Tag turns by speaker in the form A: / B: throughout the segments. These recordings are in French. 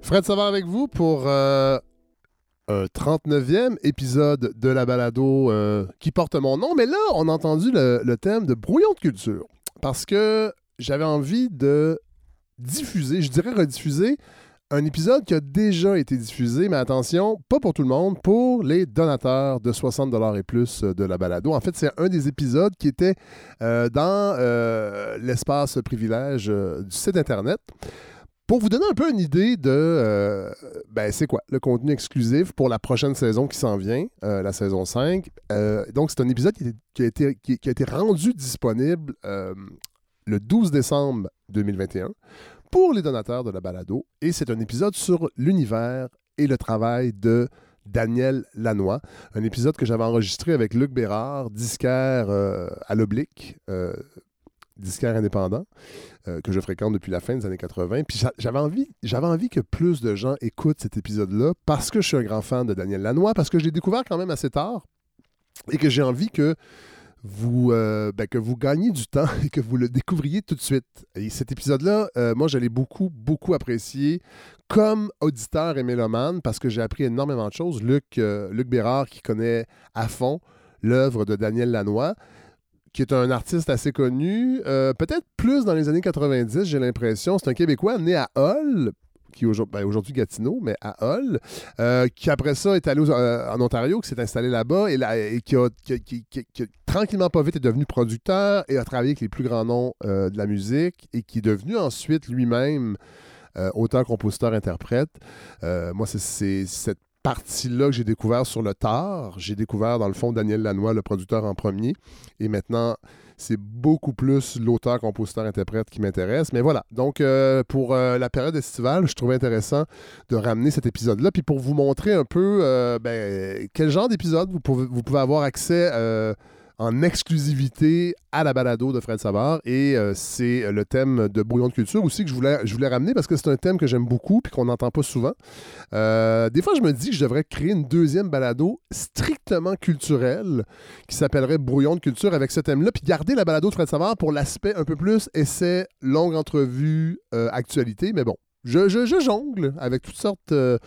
A: Fred Savard avec vous pour euh, un 39e épisode de la balado euh, qui porte mon nom. Mais là, on a entendu le, le thème de brouillon de culture parce que j'avais envie de diffuser, je dirais rediffuser, un épisode qui a déjà été diffusé, mais attention, pas pour tout le monde, pour les donateurs de 60 et plus de la balado. En fait, c'est un des épisodes qui était euh, dans euh, l'espace privilège euh, du site Internet. Pour vous donner un peu une idée de, euh, ben, c'est quoi, le contenu exclusif pour la prochaine saison qui s'en vient, euh, la saison 5. Euh, donc, c'est un épisode qui, qui a été, qui- qui a été rendu disponible euh, le 12 décembre 2021 pour les donateurs de la balado. Et c'est un épisode sur l'univers et le travail de Daniel Lanois. Un épisode que j'avais enregistré avec Luc Bérard, disquaire euh, à l'oblique, euh, disquaire indépendant euh, que je fréquente depuis la fin des années 80. Puis j'a- j'avais envie, j'avais envie que plus de gens écoutent cet épisode-là parce que je suis un grand fan de Daniel Lanois, parce que je l'ai découvert quand même assez tard et que j'ai envie que vous, euh, ben, que vous gagniez du temps et que vous le découvriez tout de suite. Et cet épisode-là, euh, moi, je l'ai beaucoup, beaucoup apprécié comme auditeur et mélomane parce que j'ai appris énormément de choses. Luc, euh, Luc Bérard, qui connaît à fond l'œuvre de Daniel Lanois, qui est un artiste assez connu, euh, peut-être plus dans les années 90, j'ai l'impression. C'est un Québécois né à Hull, qui aujourd- ben, aujourd'hui Gatineau, mais à Hull, euh, qui après ça est allé aux- euh, en Ontario, qui s'est installé là-bas et, là- et qui, a, qui- qui- qui- qui a tranquillement pas vite est devenu producteur et a travaillé avec les plus grands noms euh, de la musique et qui est devenu ensuite lui-même euh, auteur, compositeur, interprète. Euh, moi, c'est- c'est cette partie-là que j'ai découvert sur le tard. J'ai découvert, dans le fond, Daniel Lanois, le producteur en premier. Et maintenant, c'est beaucoup plus l'auteur, compositeur, interprète qui m'intéresse. Mais voilà. Donc, euh, pour euh, la période estivale, je trouvais intéressant de ramener cet épisode-là. Puis pour vous montrer un peu euh, ben, quel genre d'épisode vous pouvez, vous pouvez avoir accès euh, en exclusivité à la balado de Fred Savard. Et euh, c'est le thème de Brouillon de culture aussi que je voulais, je voulais ramener parce que c'est un thème que j'aime beaucoup puis qu'on n'entend pas souvent. Euh, des fois, je me dis que je devrais créer une deuxième balado strictement culturelle qui s'appellerait Brouillon de culture avec ce thème-là, puis garder la balado de Fred Savard pour l'aspect un peu plus essai, longue entrevue, euh, actualité. Mais bon, je, je- je jongle avec toutes sortes euh,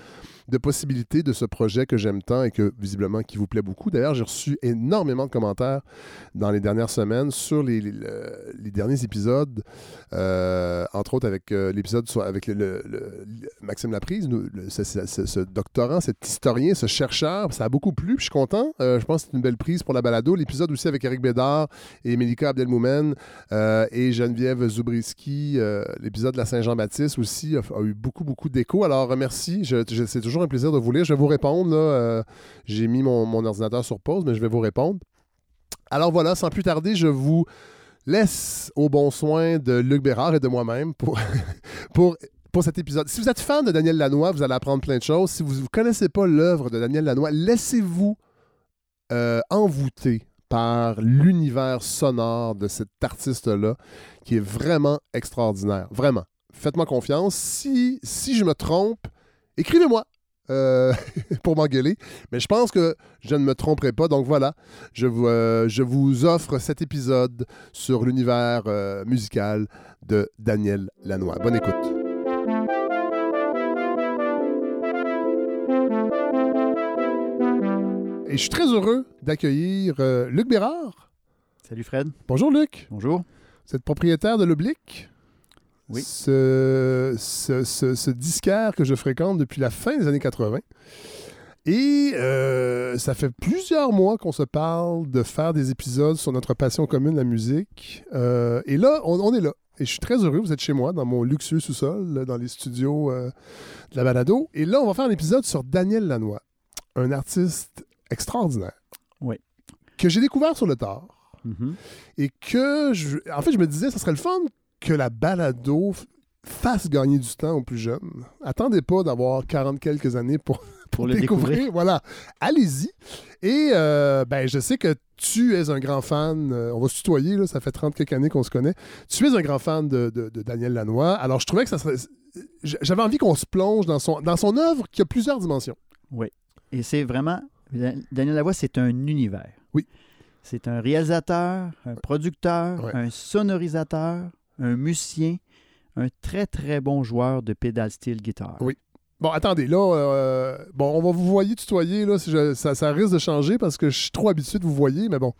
A: de possibilités de ce projet que j'aime tant et que visiblement qui vous plaît beaucoup. D'ailleurs, j'ai reçu énormément de commentaires dans les dernières semaines sur les, les- le- les derniers épisodes, euh, entre autres avec euh, l'épisode sur- avec le, le- le- le- Maxime Laprise, nous- le- ce, ce- ce- ce doctorant, cet historien, ce chercheur. Ça a beaucoup plu, puis je suis content. Euh, je pense que c'est une belle prise pour la balado. L'épisode aussi avec Eric Bédard et Melika Abdelmoumen euh, et Geneviève Zubriski, euh, l'épisode de la Saint-Jean-Baptiste aussi a, a eu beaucoup, beaucoup d'écho. Alors, euh, merci. Je- je- c'est toujours un plaisir de vous lire. Je vais vous répondre. là. Euh, J'ai mis mon- mon ordinateur sur pause, mais je vais vous répondre. Alors voilà, sans plus tarder, je vous laisse au bon soin de Luc Bérard et de moi-même pour, pour, pour cet épisode. Si vous êtes fan de Daniel Lanois, vous allez apprendre plein de choses. Si vous ne connaissez pas l'œuvre de Daniel Lanois, laissez-vous euh, envoûter par l'univers sonore de cet artiste-là qui est vraiment extraordinaire. Vraiment. Faites-moi confiance. Si, si je me trompe, écrivez-moi euh, pour m'engueuler. Mais je pense que je ne me tromperai pas. Donc voilà, je vous, euh, je vous offre cet épisode sur l'univers euh, musical de Daniel Lanois. Bonne écoute. Et je suis très heureux d'accueillir euh, Luc Bérard.
B: Salut Fred.
A: Bonjour Luc.
B: Bonjour.
A: Vous êtes propriétaire de l'Oblique.
B: Oui.
A: Ce, ce, ce- ce disquaire que je fréquente depuis la fin des années 80. Et euh, ça fait plusieurs mois qu'on se parle de faire des épisodes sur notre passion commune, la musique. Euh, et là, on, on est là. Et je suis très heureux, vous êtes chez moi, dans mon luxueux sous-sol, là, dans les studios euh, de la balado. Et là, on va faire un épisode sur Daniel Lanois, un artiste extraordinaire.
B: Oui.
A: Que j'ai découvert sur le tard Mm-hmm. et que je, en fait je me disais ça serait le fun que la balado f- fasse gagner du temps aux plus jeunes. Attendez pas d'avoir 40 quelques années pour,
B: Pour le découvrir.
A: Voilà, allez-y. Et euh, ben je sais que tu es un grand fan, euh, on va se tutoyer là, ça fait 30 quelques années qu'on se connaît. Tu es un grand fan de, de- de Daniel Lanois. Alors je trouvais que ça serait j'avais envie qu'on se plonge dans son dans son œuvre qui a plusieurs dimensions.
B: Et c'est vraiment. Daniel Lavoie, c'est un univers.
A: Oui.
B: C'est un réalisateur, un producteur,
A: Ouais.
B: un sonorisateur, un musicien, un très très bon joueur de pédale steel guitare.
A: Oui. Bon, attendez, là, euh, bon, on va vous voyer tutoyer, là, si je- ça, ça risque de changer parce que je suis trop habitué de vous voyer, mais bon.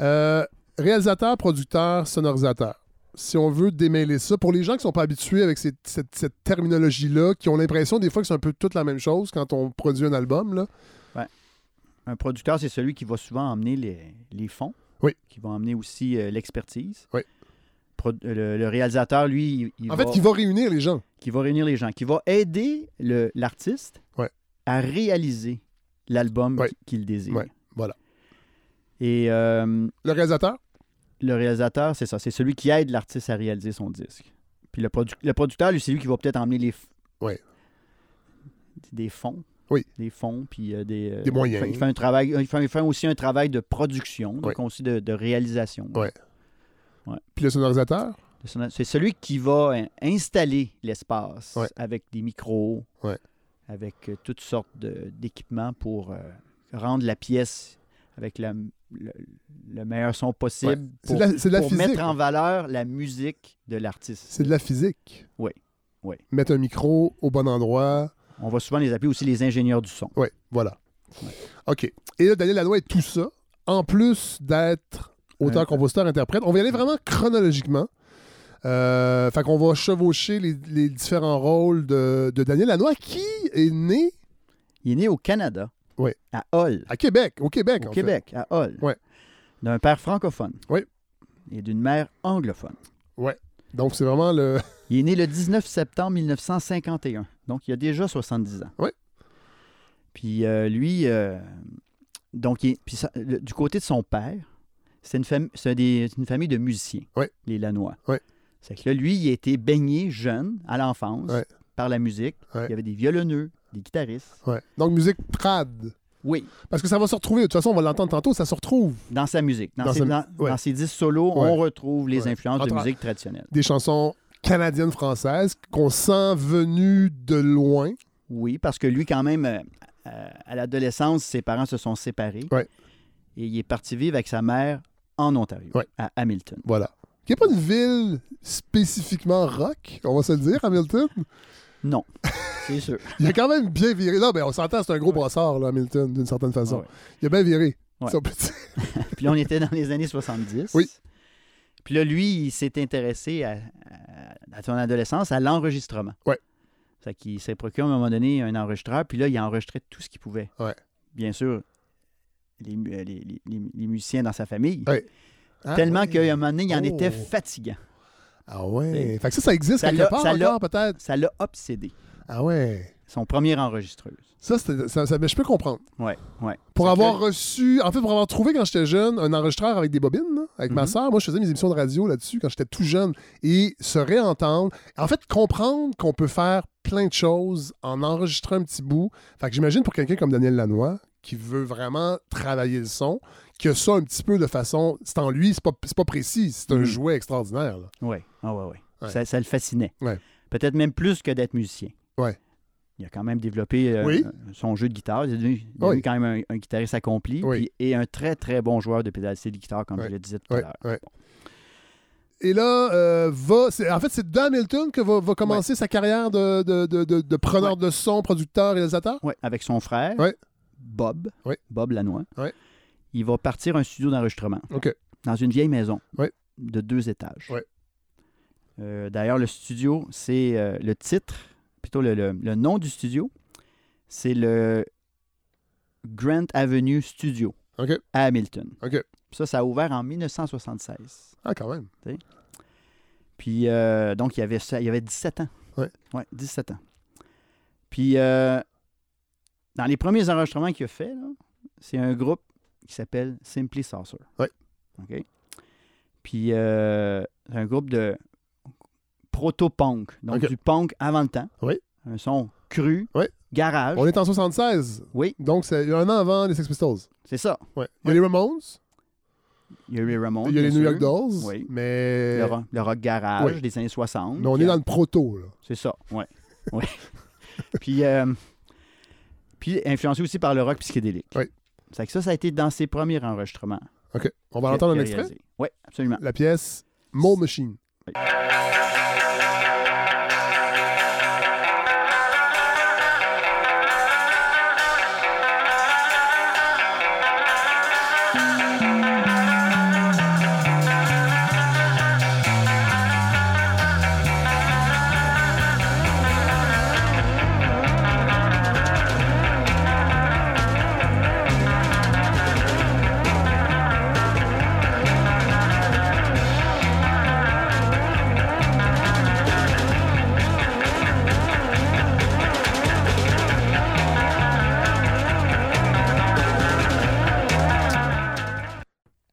A: Euh, réalisateur, producteur, sonorisateur. Si on veut démêler ça, pour les gens qui sont pas habitués avec ces- cette, cette terminologie-là, qui ont l'impression des fois que c'est un peu toute la même chose quand on produit un album, là.
B: Un producteur, c'est celui qui va souvent emmener les, les fonds,
A: Oui.
B: qui va emmener aussi euh, l'expertise.
A: Oui.
B: Pro- euh, le, le réalisateur, lui, il, il
A: en
B: va,
A: fait, qui va réunir les gens.
B: qui va réunir les gens, qui va aider le- l'artiste
A: Ouais.
B: à réaliser l'album
A: Ouais.
B: qui- qu'il désire.
A: Ouais, voilà.
B: Et euh,
A: Le réalisateur,
B: le réalisateur, c'est ça, c'est celui qui aide l'artiste à réaliser son disque. Puis le, produ- le producteur, lui, c'est lui qui va peut-être emmener les f-
A: Ouais.
B: des fonds.
A: Oui.
B: Des fonds, puis euh, des, euh,
A: Des moyens.
B: Il fait, il fait un travail, il fait, il fait aussi un travail de production, donc aussi de, de réalisation.
A: Ouais. puis le sonorisateur.
B: C'est celui qui va hein, installer l'espace
A: Ouais.
B: avec des micros,
A: Ouais.
B: avec euh, toutes sortes de- d'équipements pour euh, rendre la pièce avec la- le, le meilleur son possible
A: C'est
B: pour,
A: de la, c'est de la
B: pour
A: physique.
B: mettre en valeur la musique de l'artiste.
A: C'est de la physique.
B: Oui, oui.
A: Mettre un micro au bon endroit.
B: On va souvent les appeler aussi les ingénieurs du son.
A: Oui, voilà. OK. Et là, Daniel Lanois est tout ça, en plus d'être auteur,
B: Euh,
A: compositeur, interprète. On va y aller vraiment chronologiquement. Euh, fait qu'on va chevaucher les, les différents rôles de, de Daniel Lanois, qui est né
B: Il est né au Canada,
A: Ouais.
B: à Hull,
A: à Québec, au Québec.
B: au
A: en fait.
B: Québec, à Hull,
A: Ouais.
B: d'un père francophone
A: Oui.
B: et d'une mère anglophone.
A: Donc, c'est vraiment le.
B: Il est né le 19 septembre 1951, donc il a déjà 70 ans.
A: Ouais.
B: Puis euh, lui, euh, donc il est- puis ça- le- du côté de son père, c'est une, fami- c'est des- c'est une famille de musiciens,
A: Ouais.
B: les Lanois.
A: Ouais.
B: C'est que là, lui, il a été baigné jeune, à l'enfance,
A: Ouais.
B: par la musique.
A: Ouais.
B: Il y avait des violonneux, des guitaristes.
A: Ouais. Donc, musique trad.
B: Oui,
A: Parce que ça va se retrouver. De toute façon, on va l'entendre tantôt, ça se retrouve.
B: dans sa musique. Dans,
A: Dans
B: ses,
A: sa-
B: dans-
A: ouais.
B: dans ses disques solos,
A: Ouais.
B: on retrouve les
A: Ouais.
B: influences de
A: Entre-
B: musique traditionnelle.
A: Des chansons canadiennes-françaises qu'on sent venues de loin.
B: Oui, parce que lui, quand même, euh, euh, à l'adolescence, ses parents se sont séparés.
A: Ouais.
B: Et il est parti vivre avec sa mère en Ontario,
A: Ouais.
B: à Hamilton.
A: Voilà. Qui n'est pas une ville spécifiquement rock, on va se le dire, Hamilton.
B: Non, c'est sûr.
A: Il a quand même bien viré. Là, ben, on s'entend, c'est un gros brassard, là, Hamilton, d'une certaine façon.
B: Ah ouais.
A: Il a bien viré.
B: Ouais.
A: si on peut dire.
B: Puis là, on était dans les années 70.
A: Oui.
B: Puis là, lui, il s'est intéressé à, à- à son adolescence à l'enregistrement.
A: Ouais.
B: Fait qu'il s'est procuré à un moment donné un enregistreur, puis là, il enregistrait tout ce qu'il pouvait.
A: Ouais.
B: Bien sûr, les, mu- euh, les- les- les- les musiciens dans sa famille.
A: Ouais. Ah
B: Tellement
A: ouais.
B: qu'à un moment donné, il en
A: Oh.
B: était fatigant.
A: Ah ouais.
B: C'est-
A: Fait que ça, ça existe
B: Ça
A: quelque
B: l'a-
A: part
B: ça l'a-
A: encore, peut-être.
B: Ça l'a obsédé.
A: Ah ouais.
B: Son premier enregistreuse.
A: Ça, c'était- ça, ça- mais je peux comprendre.
B: Ouais, ouais.
A: Pour
B: Fait que
A: avoir
B: là,
A: reçu, en fait, pour avoir trouvé quand j'étais jeune un enregistreur avec des bobines, là, avec ma
B: Mhm.
A: soeur, moi je faisais mes émissions de radio là-dessus quand j'étais tout jeune, et se réentendre, en fait, comprendre qu'on peut faire plein de choses en enregistrant un petit bout. Fait que j'imagine pour quelqu'un comme Daniel Lanois, qui veut vraiment travailler le son, que ça un petit peu de façon, c'est en lui, c'est pas, c'est pas précis, c'est un
B: Mhm.
A: jouet extraordinaire. là.
B: Ouais, ah ouais, ouais.
A: Ouais.
B: Ça, ça le fascinait.
A: Ouais.
B: Peut-être même plus que d'être musicien.
A: Ouais.
B: Il a quand même développé euh,
A: Oui.
B: euh, son jeu de guitare. Il est devenu, devenu
A: Oui.
B: quand même un, un guitariste accompli
A: Oui.
B: puis- et un très, très bon joueur de pédalité de guitare, comme
A: Ouais.
B: je le disais tout à
A: Ouais,
B: l'heure.
A: ouais. Et là, euh, va, c'est- en fait, c'est dans Hamilton que va, va commencer sa carrière de, de- de- de- de preneur de son, producteur, réalisateur.
B: Ouais, avec son frère,
A: Ouais.
B: Bob,
A: Ouais.
B: Bob Lanois.
A: Ouais.
B: Il va partir un studio d'enregistrement
A: OK.
B: dans une vieille maison
A: Ouais.
B: de deux étages.
A: Ouais.
B: Euh, D'ailleurs, le studio, c'est euh, le titre, plutôt le, le- le nom du studio, c'est le Grant Avenue Studio
A: OK.
B: à Hamilton.
A: OK.
B: Ça, ça a ouvert en 1976.
A: Ah, quand même.
B: Puis, euh, donc, il y avait, ça- il y avait 17 ans.
A: Ouais.
B: 17 ans. Puis, euh, dans les premiers enregistrements qu'il a fait, là, c'est un groupe qui s'appelle Simply Saucer.
A: Ouais.
B: OK. Puis, euh, c'est un groupe de proto-punk. Donc,
A: OK.
B: du punk avant le temps.
A: Oui.
B: Un son cru,
A: Ouais.
B: garage.
A: On est en 76.
B: Ah, Oui.
A: Donc, c'est un an avant les Sex Pistols.
B: C'est ça.
A: Ouais. Il y a les Ramones,
B: Il y a les Ramones.
A: il y a les
B: bien
A: New York
B: sûr.
A: Dolls,
B: Oui.
A: mais...
B: Le, ro- le rock garage
A: Oui.
B: des années 60.
A: mais on
B: Puis,
A: est dans le proto. Là.
B: C'est ça, ouais. ouais. puis, euh, puis influencé aussi par le rock psychédélique.
A: Oui.
B: C'est que ça, ça a été dans ses premiers enregistrements.
A: OK. On va l'entendre un extrait.
B: Oui, absolument.
A: La pièce Mole Machine.
C: Thank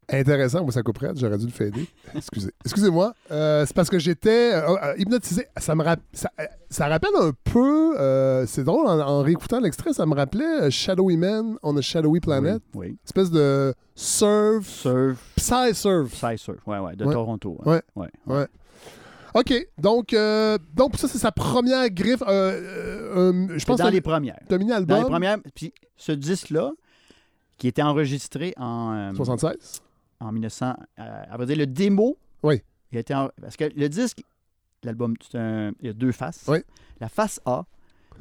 A: Intéressant, moi, ça couperait, j'aurais dû le fader. Excusez. Excusez-moi. Euh, c'est parce que j'étais euh, euh, hypnotisé. Ça me rap- ça, euh, ça rappelle un peu, euh, c'est drôle, en, en réécoutant l'extrait, ça me rappelait euh, Shadowy Man on a Shadowy Planet.
B: Oui. oui.
A: Espèce de surf,
B: Surf,
A: psy-surf.
B: Psysurf, ouais, ouais, de
A: Ouais.
B: Toronto.
A: Ouais.
B: ouais.
A: OK, donc, euh, donc ça, c'est sa première griffe. euh, euh, euh, je
B: C'est
A: pense
B: dans
A: que
B: les premières.
A: le mini-album,
B: Dans les premières, puis ce disque-là, qui était enregistré en, euh,
A: 76.
B: en 1900, euh, à vrai dire, le démo.
A: Oui.
B: Il a été en- parce que le disque, l'album, c'est un- il y a deux faces.
A: Oui.
B: La face A,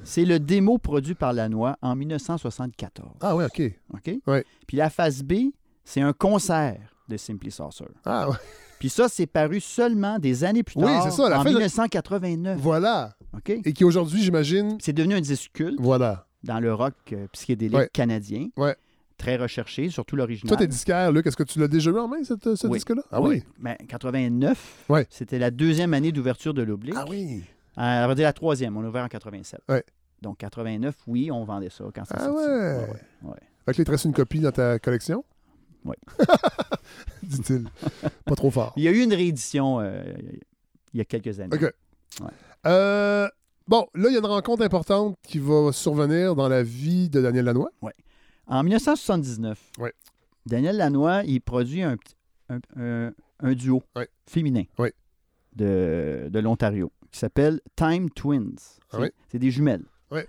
B: c'est le démo produit par Lanois en 1974.
A: Ah oui, OK.
B: OK?
A: Oui.
B: Puis la face B, c'est un concert de Simply Saucer.
A: Ah ouais.
B: Puis ça, c'est paru seulement des années plus
A: Oui,
B: tard,
A: c'est ça, la
B: en
A: fin de-
B: 1989.
A: Voilà.
B: OK?
A: Et qui aujourd'hui, j'imagine,
B: C'est devenu un disque culte
A: voilà.
B: dans le rock euh, psychédélique
A: Ouais.
B: canadien.
A: Ouais.
B: Très recherché, surtout l'original.
A: Toi, t'es disquaire, Luc. Est-ce que tu l'as déjà eu en main, cette- ce
B: Oui.
A: disque-là? Ah oui.
B: Mais 89,
A: Ouais.
B: Ben, c'était la deuxième année d'ouverture de l'Oblique.
A: Ah oui.
B: Euh, on va dire la troisième, on a ouvert en 87.
A: Ouais.
B: Donc 89, oui, on vendait ça quand c'est
A: Ah
B: sorti.
A: ouais.
B: ouais, ouais.
A: Fait que là, il te reste une copie dans ta collection?
B: Oui.
A: Dit-il. Pas trop fort.
B: Il y a eu une réédition euh, il y a quelques années.
A: OK. Euh, bon, là, il y a une rencontre importante qui va survenir dans la vie de Daniel Lanois.
B: En 1979,
A: Ouais.
B: Daniel Lanois, il produit un, petit- un, un- un duo
A: Ouais.
B: féminin
A: Ouais.
B: de, de l'Ontario qui s'appelle Time Twins.
A: Ah ouais.
B: C'est des jumelles.
A: Ouais.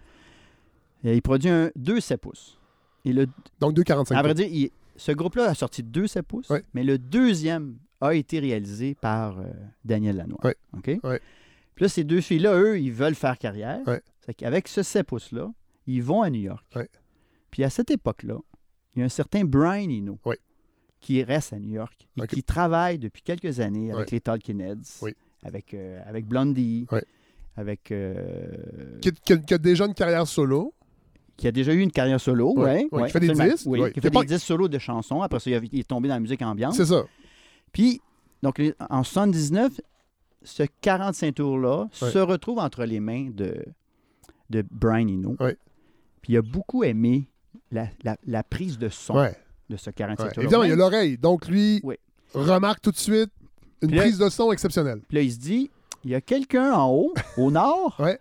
B: Et il produit un, deux 7 pouces. Et le
A: Donc, 2,45.
B: À vrai dire, il- ce groupe-là a sorti deux 7 pouces,
A: Ouais.
B: mais le deuxième a été réalisé par euh, Daniel Lanois.
A: Ouais.
B: OK?
A: Ouais.
B: Puis là, ces deux filles-là, eux, ils veulent faire carrière.
A: Ouais.
B: Avec ce 7 pouces-là, ils vont à New York.
A: Ouais.
B: Puis à cette époque-là, il y a un certain Brian Eno
A: Ouais.
B: qui reste à New York et
A: Ok.
B: qui travaille depuis quelques années avec les Talking Heads,
A: Oui.
B: avec, euh, avec Blondie,
A: Ouais.
B: avec... euh,
A: Qui, qui- qui a déjà une carrière solo.
B: qui a déjà eu une carrière solo,
A: Ouais,
B: ouais,
A: ouais,
B: ouais,
A: qui fait des
B: absolument.
A: disques,
B: Oui,
A: ouais,
B: qui
A: qui
B: fait
A: a pas-
B: des disques solos de chansons. Après ça, il, a- il est tombé dans la musique ambiante.
A: C'est ça.
B: Puis, donc, les- en 79, ce 45 tours-là
A: Ouais.
B: se retrouve entre les mains de, de Brian Eno.
A: Ouais.
B: Puis, il a beaucoup aimé la, la- la prise de son
A: Ouais.
B: de ce 45
A: Ouais.
B: tours-là.
A: Évidemment, il y a
B: Même-
A: l'oreille. Donc, lui,
B: Oui.
A: remarque tout de suite une
B: Puis là-
A: prise de son exceptionnelle.
B: Puis là, il se dit, il y a quelqu'un en haut, au nord,
A: Ouais.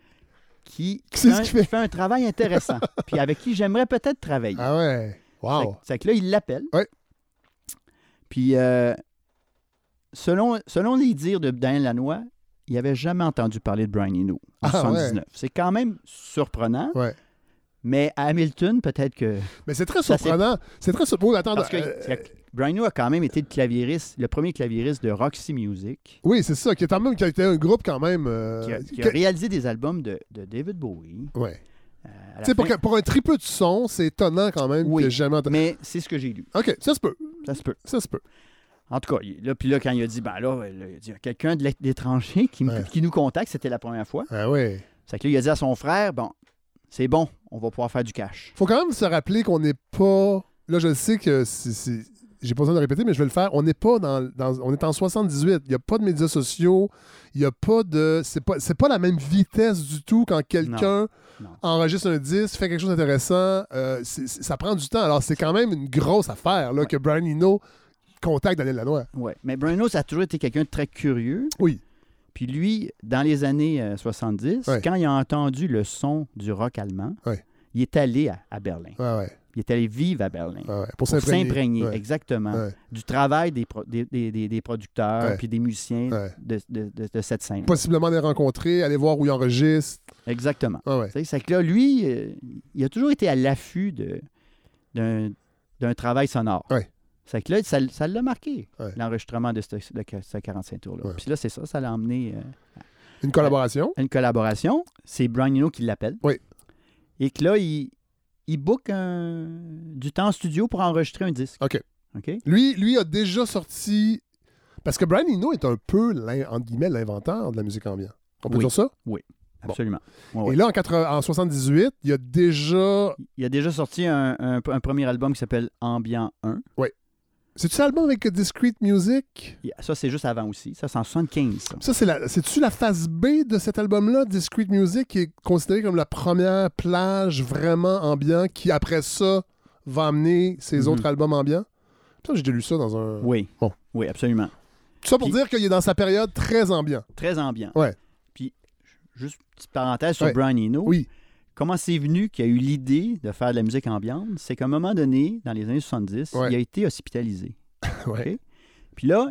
B: qui,
A: Qui sait
B: fait un,
A: ce qu'il fait.
B: qui fait un travail intéressant, puis avec qui j'aimerais peut-être travailler.
A: Ah ouais.
B: C'est
A: Wow.
B: que là, il l'appelle.
A: Ouais.
B: Puis, euh, selon, selon les dires de Daniel Lanois, il n'avait jamais entendu parler de Brian Eno en
A: Ah,
B: 79. C'est quand même surprenant.
A: Ouais.
B: Mais à Hamilton, peut-être que.
A: Mais c'est très
B: Ça, c'est-
A: surprenant. C'est très surprenant. attends.
B: Parce que
A: euh,
B: Brian Eno a quand même été le clavieriste, le premier clavieriste de Roxy Music,
A: Oui, c'est ça. Qui est quand même qui a été un groupe quand même. euh,
B: qui a, qui a
A: que-
B: réalisé des albums de, de David Bowie.
A: Ouais.
B: euh, à la
A: Tu sais, pour,
B: fin.
A: que- pour un triple de son, c'est étonnant quand même
B: Oui.
A: que j'ai jamais entendu.
B: Mais c'est ce que j'ai lu.
A: OK, ça se peut.
B: Ça se peut.
A: Ça se peut.
B: En tout cas, il- là, puis là, quand il a dit, ben là, euh, là, il a dit, il y a quelqu'un de l'é- l'étranger qui, me-
A: Ouais.
B: qui nous contacte, c'était la première fois.
A: Ah ouais.
B: C'est que là, il a dit à son frère, bon, c'est bon, on va pouvoir faire du cash.
A: Faut quand même se rappeler qu'on n'est pas. Là, je le sais que c'est- c'est. J'ai pas besoin de le répéter, mais je vais le faire. On n'est pas dans, dans- On est en 78. Il n'y a pas de médias sociaux. Il n'y a pas de. C'est pas, c'est pas la même vitesse du tout quand quelqu'un
B: Non.
A: enregistre un disque, fait quelque chose d'intéressant. euh, c'est- c'est- ça prend du temps. Alors, c'est quand même une grosse affaire là,
B: Ouais.
A: que Brian Eno contacte Daniel Lanois.
B: Ouais. Mais Bruno, ça a toujours été quelqu'un de très curieux.
A: Oui.
B: Puis lui, dans les années euh, 70,
A: Ouais.
B: quand il a entendu le son du rock allemand,
A: Ouais.
B: il est allé à, à Berlin.
A: Ouais, ouais,
B: Il est allé vivre à Berlin.
A: ouais, ouais. Pour
B: Pour
A: s'imprégner.
B: s'imprégner,
A: Ouais,
B: exactement,
A: ouais,
B: du travail des, pro- des, des- des- des producteurs
A: Ouais.
B: puis des musiciens
A: ouais.
B: de, de- de- de cette scène.
A: Possiblement les rencontrer, aller voir où ils enregistrent.
B: Exactement.
A: Ouais, ouais.
B: Tu sais, C'est que là, lui, euh, il a toujours été à l'affût de- d'un d'un travail sonore.
A: Ouais.
B: C'est que là, ça ça l'a marqué,
A: Ouais.
B: l'enregistrement de ce, de ce 45 tours-là.
A: Ouais.
B: Puis là, c'est ça, ça l'a emmené euh,
A: Une collaboration.
B: à une collaboration. C'est Brian Eno qui l'appelle.
A: Oui.
B: Et que là, il, il book un- du temps en studio pour enregistrer un disque.
A: OK.
B: OK?
A: Lui, lui a déjà sorti. Parce que Brian Eno est un peu, l'in- entre guillemets, l'inventeur de la musique ambiante. On peut
B: Oui.
A: dire ça? Bon.
B: Absolument. Ouais.
A: Et là, en, 80 en 78, il y a déjà.
B: Il a déjà sorti un, un- un premier album qui s'appelle Ambient 1.
A: C'est-tu ça l'album avec Discrete Music?
B: Il- Ça, c'est juste avant aussi. Ça, c'est en 75. ça.
A: Ça, c'est la... c'est-tu la phase B de cet album-là, Discrete Music, qui est considérée comme la première plage vraiment ambiant qui, après ça, va amener ses
B: Mhm.
A: autres albums ambiants? Ça, J'ai déjà lu ça dans un.
B: Oui.
A: Bon.
B: Oui, absolument.
A: Tout ça pour
B: Puis-
A: dire qu'il est dans sa période très ambiant.
B: Très ambiant.
A: Ouais.
B: Puis, juste petite parenthèse sur
A: Ouais.
B: Brian Eno.
A: Oui.
B: Comment c'est venu qu'il a eu l'idée de faire de la musique ambiante? C'est qu'à un moment donné, dans les années 70,
A: Ouais.
B: il a été hospitalisé.
A: Ouais.
B: OK? Puis là,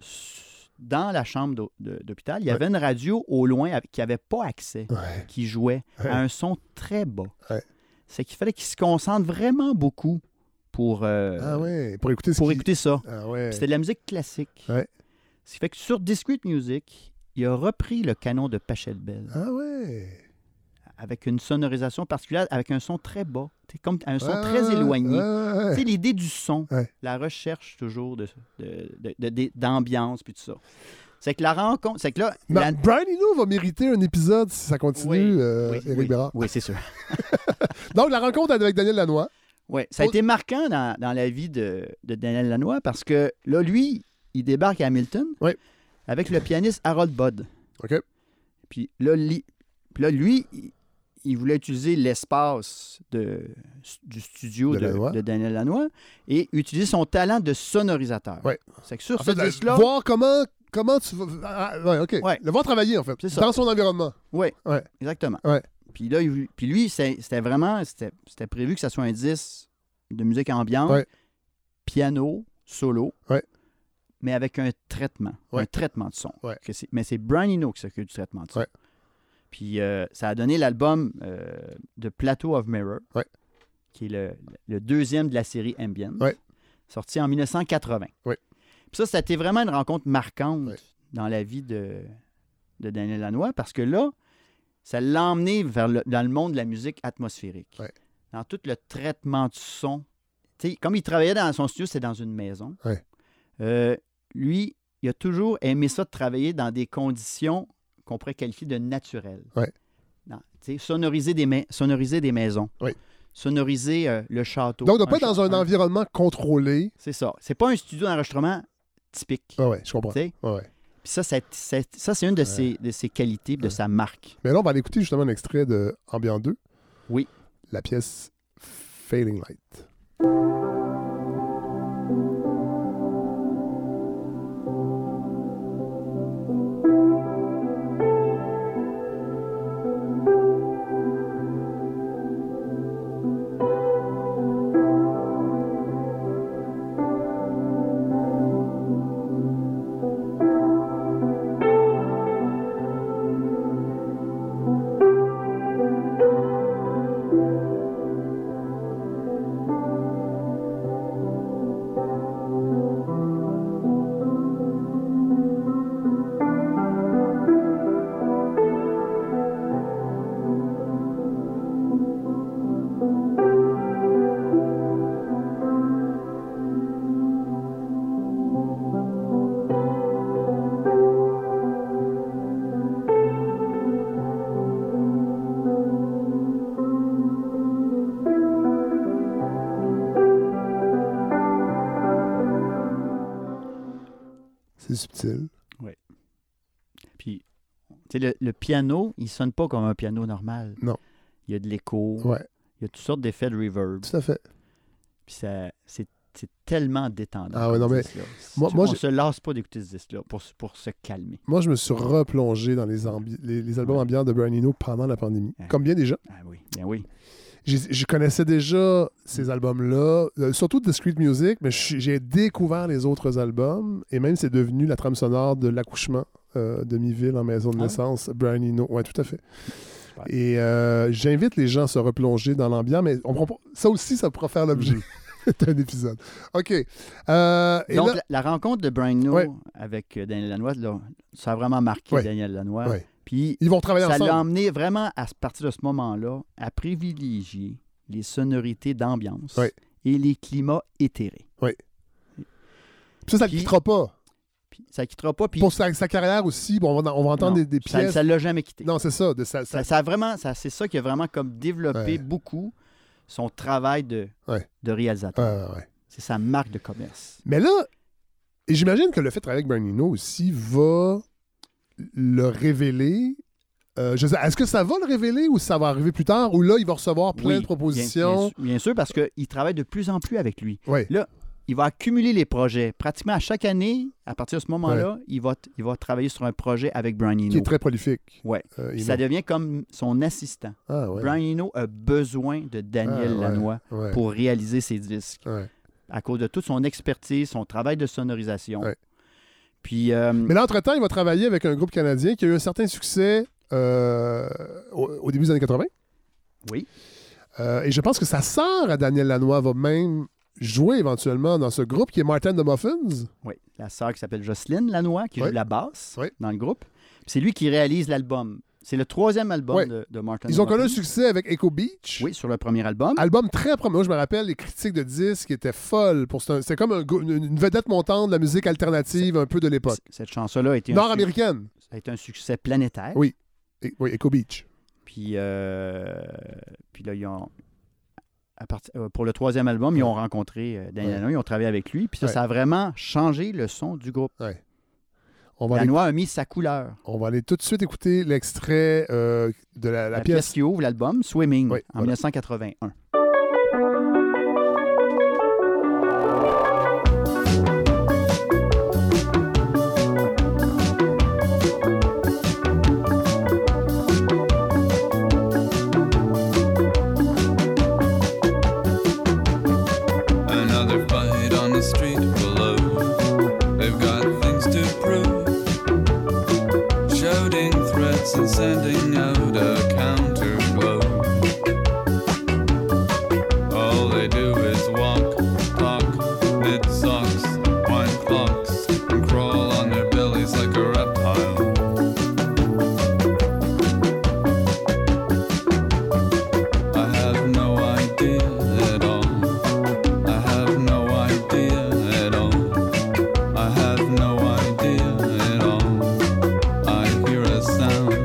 B: s- dans la chambre d'hô- de- d'hôpital, il y
A: Ouais.
B: avait une radio au loin avec- qui n'avait pas accès,
A: Ouais.
B: qui jouait
A: Ouais.
B: à un son très bas.
A: Ouais.
B: C'est qu'il fallait qu'il se concentre vraiment beaucoup pour, euh,
A: Ah ouais. Pour écouter ce
B: pour
A: qui-
B: écouter ça.
A: Ah ouais.
B: Puis C'était de la musique classique.
A: Ouais.
B: Ce qui fait que sur Discrete Music, il a repris le canon de Pachelbel
A: Ah ouais.
B: avec une sonorisation particulière, avec un son très bas, t'sais, comme un son
A: Ah
B: très
A: ouais,
B: éloigné.
A: ah ouais.
B: C'est l'idée du son,
A: Ouais.
B: la recherche toujours de, de- de- de- de- d'ambiance puis tout ça. C'est que la rencontre, c'est que là,
A: Ma-
B: la-
A: Brian Eno va mériter un épisode si ça continue,
B: Oui,
A: euh,
B: oui,
A: Éric
B: oui,
A: Bérard.
B: oui, c'est sûr.
A: Donc, la rencontre avec Daniel Lanois.
B: Ouais, ça a
A: Oh.
B: été marquant dans, dans la vie de, de Daniel Lanois parce que là, lui, il débarque à Hamilton
A: Ouais.
B: avec le pianiste Harold Budd.
A: OK.
B: Puis là, li- puis là, lui, il, il voulait utiliser l'espace de, du studio
A: De
B: de,
A: Lanois.
B: de Daniel Lanois et utiliser son talent de sonorisateur.
A: Ouais.
B: C'est que sur
A: En
B: ce
A: fait, la-
B: disque-là,
A: voir comment, comment tu vas. ah, ah, ouais, OK.
B: Ouais.
A: Le voir travailler, en fait.
B: C'est ça.
A: Dans son environnement.
B: exactement.
A: Ouais.
B: Puis là, il- puis lui, c'est- c'était vraiment, c'était c'était prévu que ça soit un 10 de musique ambiante,
A: Ouais.
B: piano, solo,
A: Ouais.
B: mais avec un traitement,
A: Ouais.
B: un traitement de son.
A: Ouais.
B: Que c'est- mais c'est Brian Eno qui s'occupe du traitement de son.
A: Ouais.
B: Puis euh, ça a donné l'album euh, de Plateau of Mirror,
A: Ouais.
B: qui est le, le deuxième de la série Ambient,
A: Ouais.
B: sorti en 1980.
A: Ouais.
B: Puis ça, c'était vraiment une rencontre marquante
A: Ouais.
B: dans la vie de, de Daniel Lanois, parce que là, ça l'a emmené vers le- dans le monde de la musique atmosphérique.
A: Ouais.
B: Dans tout le traitement du son. Tu sais, comme il travaillait dans son studio, c'était dans une maison.
A: Ouais.
B: Euh, lui, il a toujours aimé ça de travailler dans des conditions qu'on pourrait qualifier de naturelles.
A: Ouais.
B: Dans- tu sais, sonoriser, des mais- sonoriser des maisons.
A: Ouais.
B: Sonoriser euh, le château.
A: Donc, de pas être dans
B: cha-
A: un environnement contrôlé.
B: C'est ça. C'est pas un studio d'enregistrement typique.
A: Ah ouais, je comprends.
B: tu sais.
A: Ouais, ouais.
B: Puis ça, c'est- c'est- ça, c'est une de, ses, de ses qualités, de
A: Ouais.
B: sa marque.
A: Mais là, on va aller écouter justement un extrait de Ambient 2.
B: Oui.
A: La pièce Failing Light. C'est subtil.
B: Puis, tu sais, le, le piano, il sonne pas comme un piano normal.
A: Non.
B: Il y a de l'écho,
A: Ouais,
B: il y a toutes sortes d'effets de reverb.
A: tout à fait.
B: Puis ça, c'est, c'est tellement détendant.
A: Ah ouais, non,
B: comme
A: mais
B: disque-là.
A: moi-
B: Tu-
A: moi,
B: on
A: j'ai-
B: se lasse pas d'écouter ce disque-là pour, se- pour se calmer.
A: Moi, je me suis replongé dans les, ambi- les, les albums
B: Ouais.
A: ambiants de Brian Eno pendant la pandémie.
B: Ouais.
A: Comme bien déjà.
B: Ah oui, bien oui.
A: J'ai- Je connaissais déjà
B: Mm.
A: ces albums-là, euh, surtout Discreet Music, mais je suis- j'ai découvert les autres albums et même c'est devenu la trame sonore de l'accouchement euh, de Miville en maison de
B: Ah ouais?
A: naissance, Brian Eno. Ouais, tout à fait. Et euh, j'invite les gens à se replonger dans l'ambiance, mais on prend pas- ça aussi, ça pourra faire l'objet
B: Mm.
A: d'un épisode. OK. Euh, et
B: Donc,
A: là-
B: la, la rencontre de Brian Eno
A: Ouais.
B: avec euh, Daniel Lanois, là, ça a vraiment marqué
A: Ouais.
B: Daniel Lanois.
A: Ouais.
B: Puis,
A: ils vont travailler
B: ça l'a
A: ensemble.
B: emmené vraiment à partir de ce moment-là à privilégier les sonorités d'ambiance
A: Ouais.
B: et les climats éthérés.
A: Puis ça, ça ne
B: Puis-
A: quittera pas.
B: Puis, ça quittera pas. Puis
A: Pour sa, sa carrière aussi, bon, on, va, on va entendre
B: Non,
A: des, des
B: ça-
A: pièces.
B: Ça l'a jamais quitté.
A: Non, c'est ça. De, sa- sa-
B: Ça, ça a vraiment, ça, c'est ça qui a vraiment comme développé
A: Ouais.
B: beaucoup son travail de,
A: Ouais.
B: de réalisateur.
A: Ouais, ouais, ouais.
B: C'est sa marque de commerce.
A: Mais là, et j'imagine que le fait de travailler avec Bernino aussi va le révéler Euh, je sais- Est-ce que ça va le révéler ou ça va arriver plus tard ou là, il va recevoir plein
B: Oui,
A: de
B: bien-
A: propositions?
B: Bien, sûr- bien sûr, parce qu'il travaille de plus en plus avec lui.
A: Oui.
B: Il va accumuler les projets. Pratiquement à chaque année, à partir de ce moment-là, il, va t- il va travailler sur un projet avec Brian
A: Qui
B: Eno.
A: est très prolifique.
B: Ouais.
A: Euh,
B: Puis
A: il
B: Ça
A: est-
B: devient comme son assistant.
A: Ah, ouais.
B: Brian Eno a besoin de Daniel
A: Ah, ouais.
B: Lanois
A: Ouais.
B: pour réaliser ses disques
A: Ouais.
B: à cause de toute son expertise, son travail de sonorisation.
A: Ouais.
B: Puis, euh,
A: Mais là, entre-temps, il va travailler avec un groupe canadien qui a eu un certain succès euh, au, au début des années 80.
B: Oui.
A: Euh, et je pense que sa sœur à Daniel Lanois va même jouer éventuellement dans ce groupe qui est Martin de Muffins.
B: oui, la sœur qui s'appelle Jocelyne Lanois, qui
A: Ouais.
B: joue la basse
A: Ouais.
B: dans le groupe. Puis C'est lui qui réalise l'album. C'est le troisième album
A: Ouais.
B: de, de Martin.
A: Ils ont
B: Luther
A: connu un
B: King.
A: succès avec Echo Beach.
B: Oui, sur le premier album.
A: Album très prometteur. Moi, je me rappelle, les critiques de disques étaient folles. Pour... ce- C'était comme un go- une, une vedette montante de la musique alternative un peu de l'époque.
B: C- Cette chanson-là a, été un suc-
A: Nord-américaine.
B: a été un succès planétaire.
A: Oui. Et- Oui, Echo Beach.
B: Puis, euh, puis là, ils ont. à parti- euh, pour le troisième album, ils ont rencontré euh, Daniel
A: Ouais.
B: Lanois, ils ont travaillé avec lui. Puis ça,
A: Ouais.
B: ça a vraiment changé le son du groupe.
A: On va, aller,
B: Lanois a mis sa couleur.
A: on va aller tout de suite écouter l'extrait euh, de la, la
B: La,
A: pièce
B: pièce qui ouvre l'album, Swimming,
A: Oui,
B: en
A: voilà.
B: 1981.
C: Another fight on the street below. They've got things to prove. Shouting threats and sending out a counterblow. All they do is walk, talk, knit socks, wind clocks, and crawl on their bellies like a reptile. I have no idea at all. I have no idea at all. I have no idea at all. I hear a sound.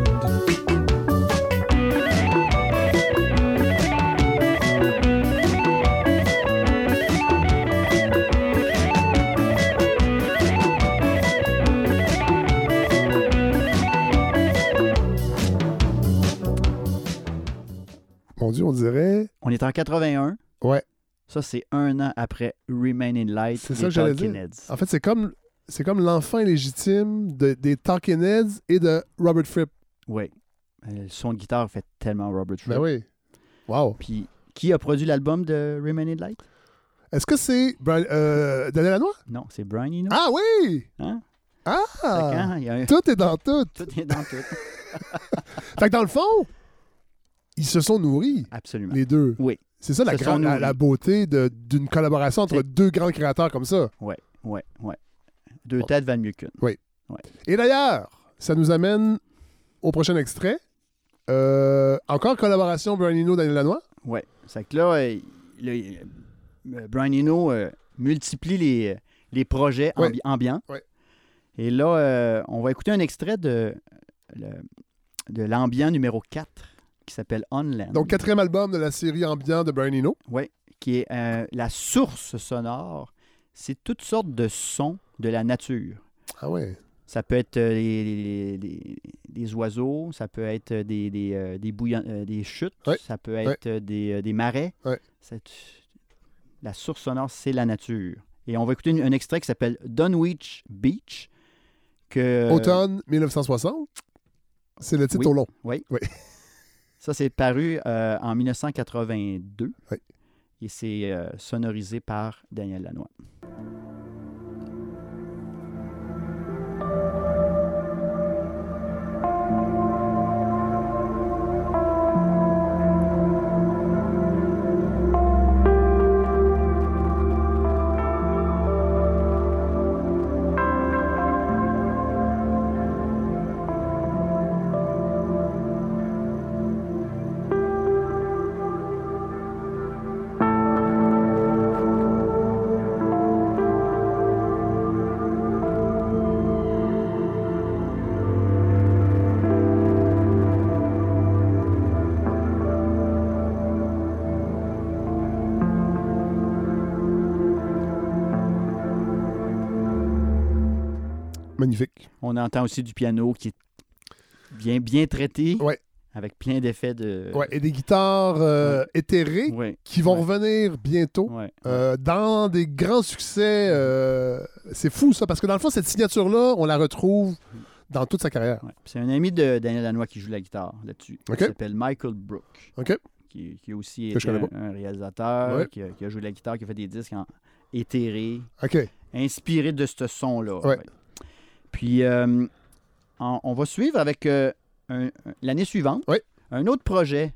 A: Mon Dieu, on dirait.
B: On est en 81.
A: Ouais.
B: Ça, c'est un an après Remain in Light
A: C'est
B: des
A: ça que j'allais
B: Talking
A: dire. Ah.
B: Heads.
A: En fait, c'est comme c'est comme l'enfant illégitime de- des Talking Heads et de Robert Fripp.
B: Oui. Euh, Le son de guitare fait tellement Robert Fripp.
A: Ben oui. Wow.
B: Puis, qui a produit l'album de Remain in Light?
A: Est-ce que c'est Brian- euh, Daniel Lanois?
B: Non, c'est Brian Eno.
A: Ah oui!
B: Hein? Fait que,
A: Ah!
B: hein, il y a un-
A: Tout est dans tout.
B: Tout est dans tout.
A: Fait que dans le fond, ils se sont nourris,
B: Absolument.
A: les deux.
B: Oui.
A: C'est ça la,
B: Se sont
A: grande- la,
B: nourris.
A: la beauté de- d'une collaboration entre
B: C'est-
A: deux grands créateurs comme ça.
B: Ouais, ouais. Deux têtes valent mieux qu'une.
A: Et d'ailleurs, ça nous amène au prochain extrait. Euh, encore collaboration Brian Eno, Daniel Lanois.
B: Ouais. C'est que là, euh, là, il- euh, Brian Eno euh, multiplie les, les projets
A: Ouais.
B: ambi- ambiants.
A: Ouais.
B: Et là, euh, on va écouter un extrait de, le- de l'ambiant numéro 4 qui s'appelle Onland.
A: Donc, quatrième album de la série ambiant de Brian Eno.
B: Ouais, qui est euh, la source sonore. C'est toutes sortes de sons de la nature.
A: Ah ouais.
B: Ça peut être euh, les, les- les- les- les oiseaux, ça peut être euh, des, des, euh, des, bouillon- euh, des chutes,
A: Ouais.
B: ça peut être euh, des, euh, des marais.
A: Ouais.
B: C'est- La source sonore, c'est la nature. Et on va écouter une- un extrait qui s'appelle Dunwich Beach. Que,
A: Euh. Automne 1960. C'est le titre
B: oui.
A: au long.
B: Ça, c'est paru euh, en 1982.
A: Oui.
B: Et c'est euh, sonorisé par Daniel Lanois.
A: Magnifique.
B: On entend aussi du piano qui est bien, bien traité,
A: Ouais.
B: avec plein d'effets de...
A: Ouais, et des guitares euh, éthérées
B: Euh. Ouais,
A: qui vont
B: ouais,
A: revenir bientôt
B: ouais.
A: euh, dans des grands succès. euh, c'est fou ça, parce que dans le fond, cette signature-là, on la retrouve dans toute sa carrière.
B: Ouais. C'est un ami de Daniel Lanois qui joue la guitare là-dessus.
A: Ok.
B: Il s'appelle Michael Brook.
A: Ok.
B: Qui, qui aussi
A: Que je
B: est
A: connais
B: un, un réalisateur,
A: Ouais.
B: qui, a, qui a joué de la guitare, qui a fait des disques en éthéré,
A: OK.
B: Hein? inspiré de ce son-là.
A: Ouais.
B: Puis, euh, en- on va suivre avec euh, un- un- l'année suivante
A: Ouais.
B: un autre projet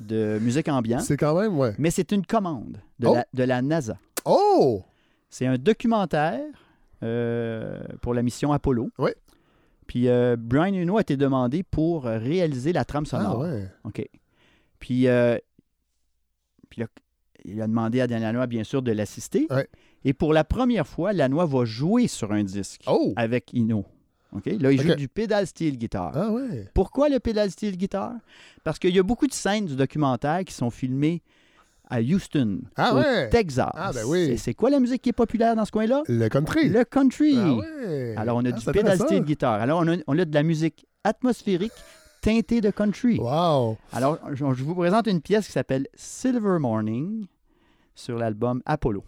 B: de musique ambiante,
A: C'est quand même, ouais.
B: mais c'est une commande de,
A: Oh.
B: la, de la NASA.
A: Oh!
B: C'est un documentaire euh, pour la mission Apollo.
A: Oui.
B: Puis euh, Brian Eno a été demandé pour euh, réaliser la trame
A: Ah
B: sonore.
A: ouais.
B: OK. Puis, euh, puis là, il a demandé à Daniel Lanois, bien sûr, de l'assister.
A: Ouais.
B: Et pour la première fois, Lanois va jouer sur un disque
A: Oh!
B: avec Ino. OK? Là, il joue
A: OK.
B: du pedal steel guitar.
A: Ah ouais.
B: Pourquoi le pedal steel guitar? Parce qu'il y a beaucoup de scènes du documentaire qui sont filmées à Houston,
A: Ah
B: au
A: ouais.
B: Texas.
A: Ah ben oui.
B: Et c'est quoi la musique qui est populaire dans ce coin-là?
A: Le country.
B: Le country.
A: Ah ouais.
B: Alors, on a
A: Ah,
B: du
A: c'est
B: pedal
A: intéressant.
B: steel guitar. Alors, on a, on a de la musique atmosphérique teintée de country.
A: Wow.
B: Alors, je, je vous présente une pièce qui s'appelle Silver Morning sur l'album Apollo.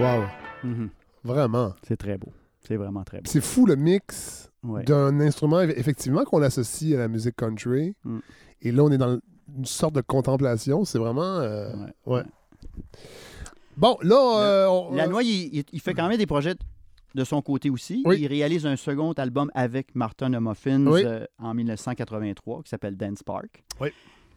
A: Wow. Mhm. Vraiment.
B: C'est très beau. C'est vraiment très beau.
A: C'est fou le mix
B: Ouais.
A: d'un instrument, eff- effectivement, qu'on associe à la musique country.
B: Mm.
A: Et là, on est dans une sorte de contemplation. C'est vraiment. euh,
B: Ouais.
A: Bon, là. euh, on-
B: Lanois, il, il- il fait quand même des projets de son côté aussi.
A: Oui.
B: Il réalise un second album avec Martin Homophins
A: Oui.
B: euh, en 1983 qui s'appelle Dance Park.
A: Oui.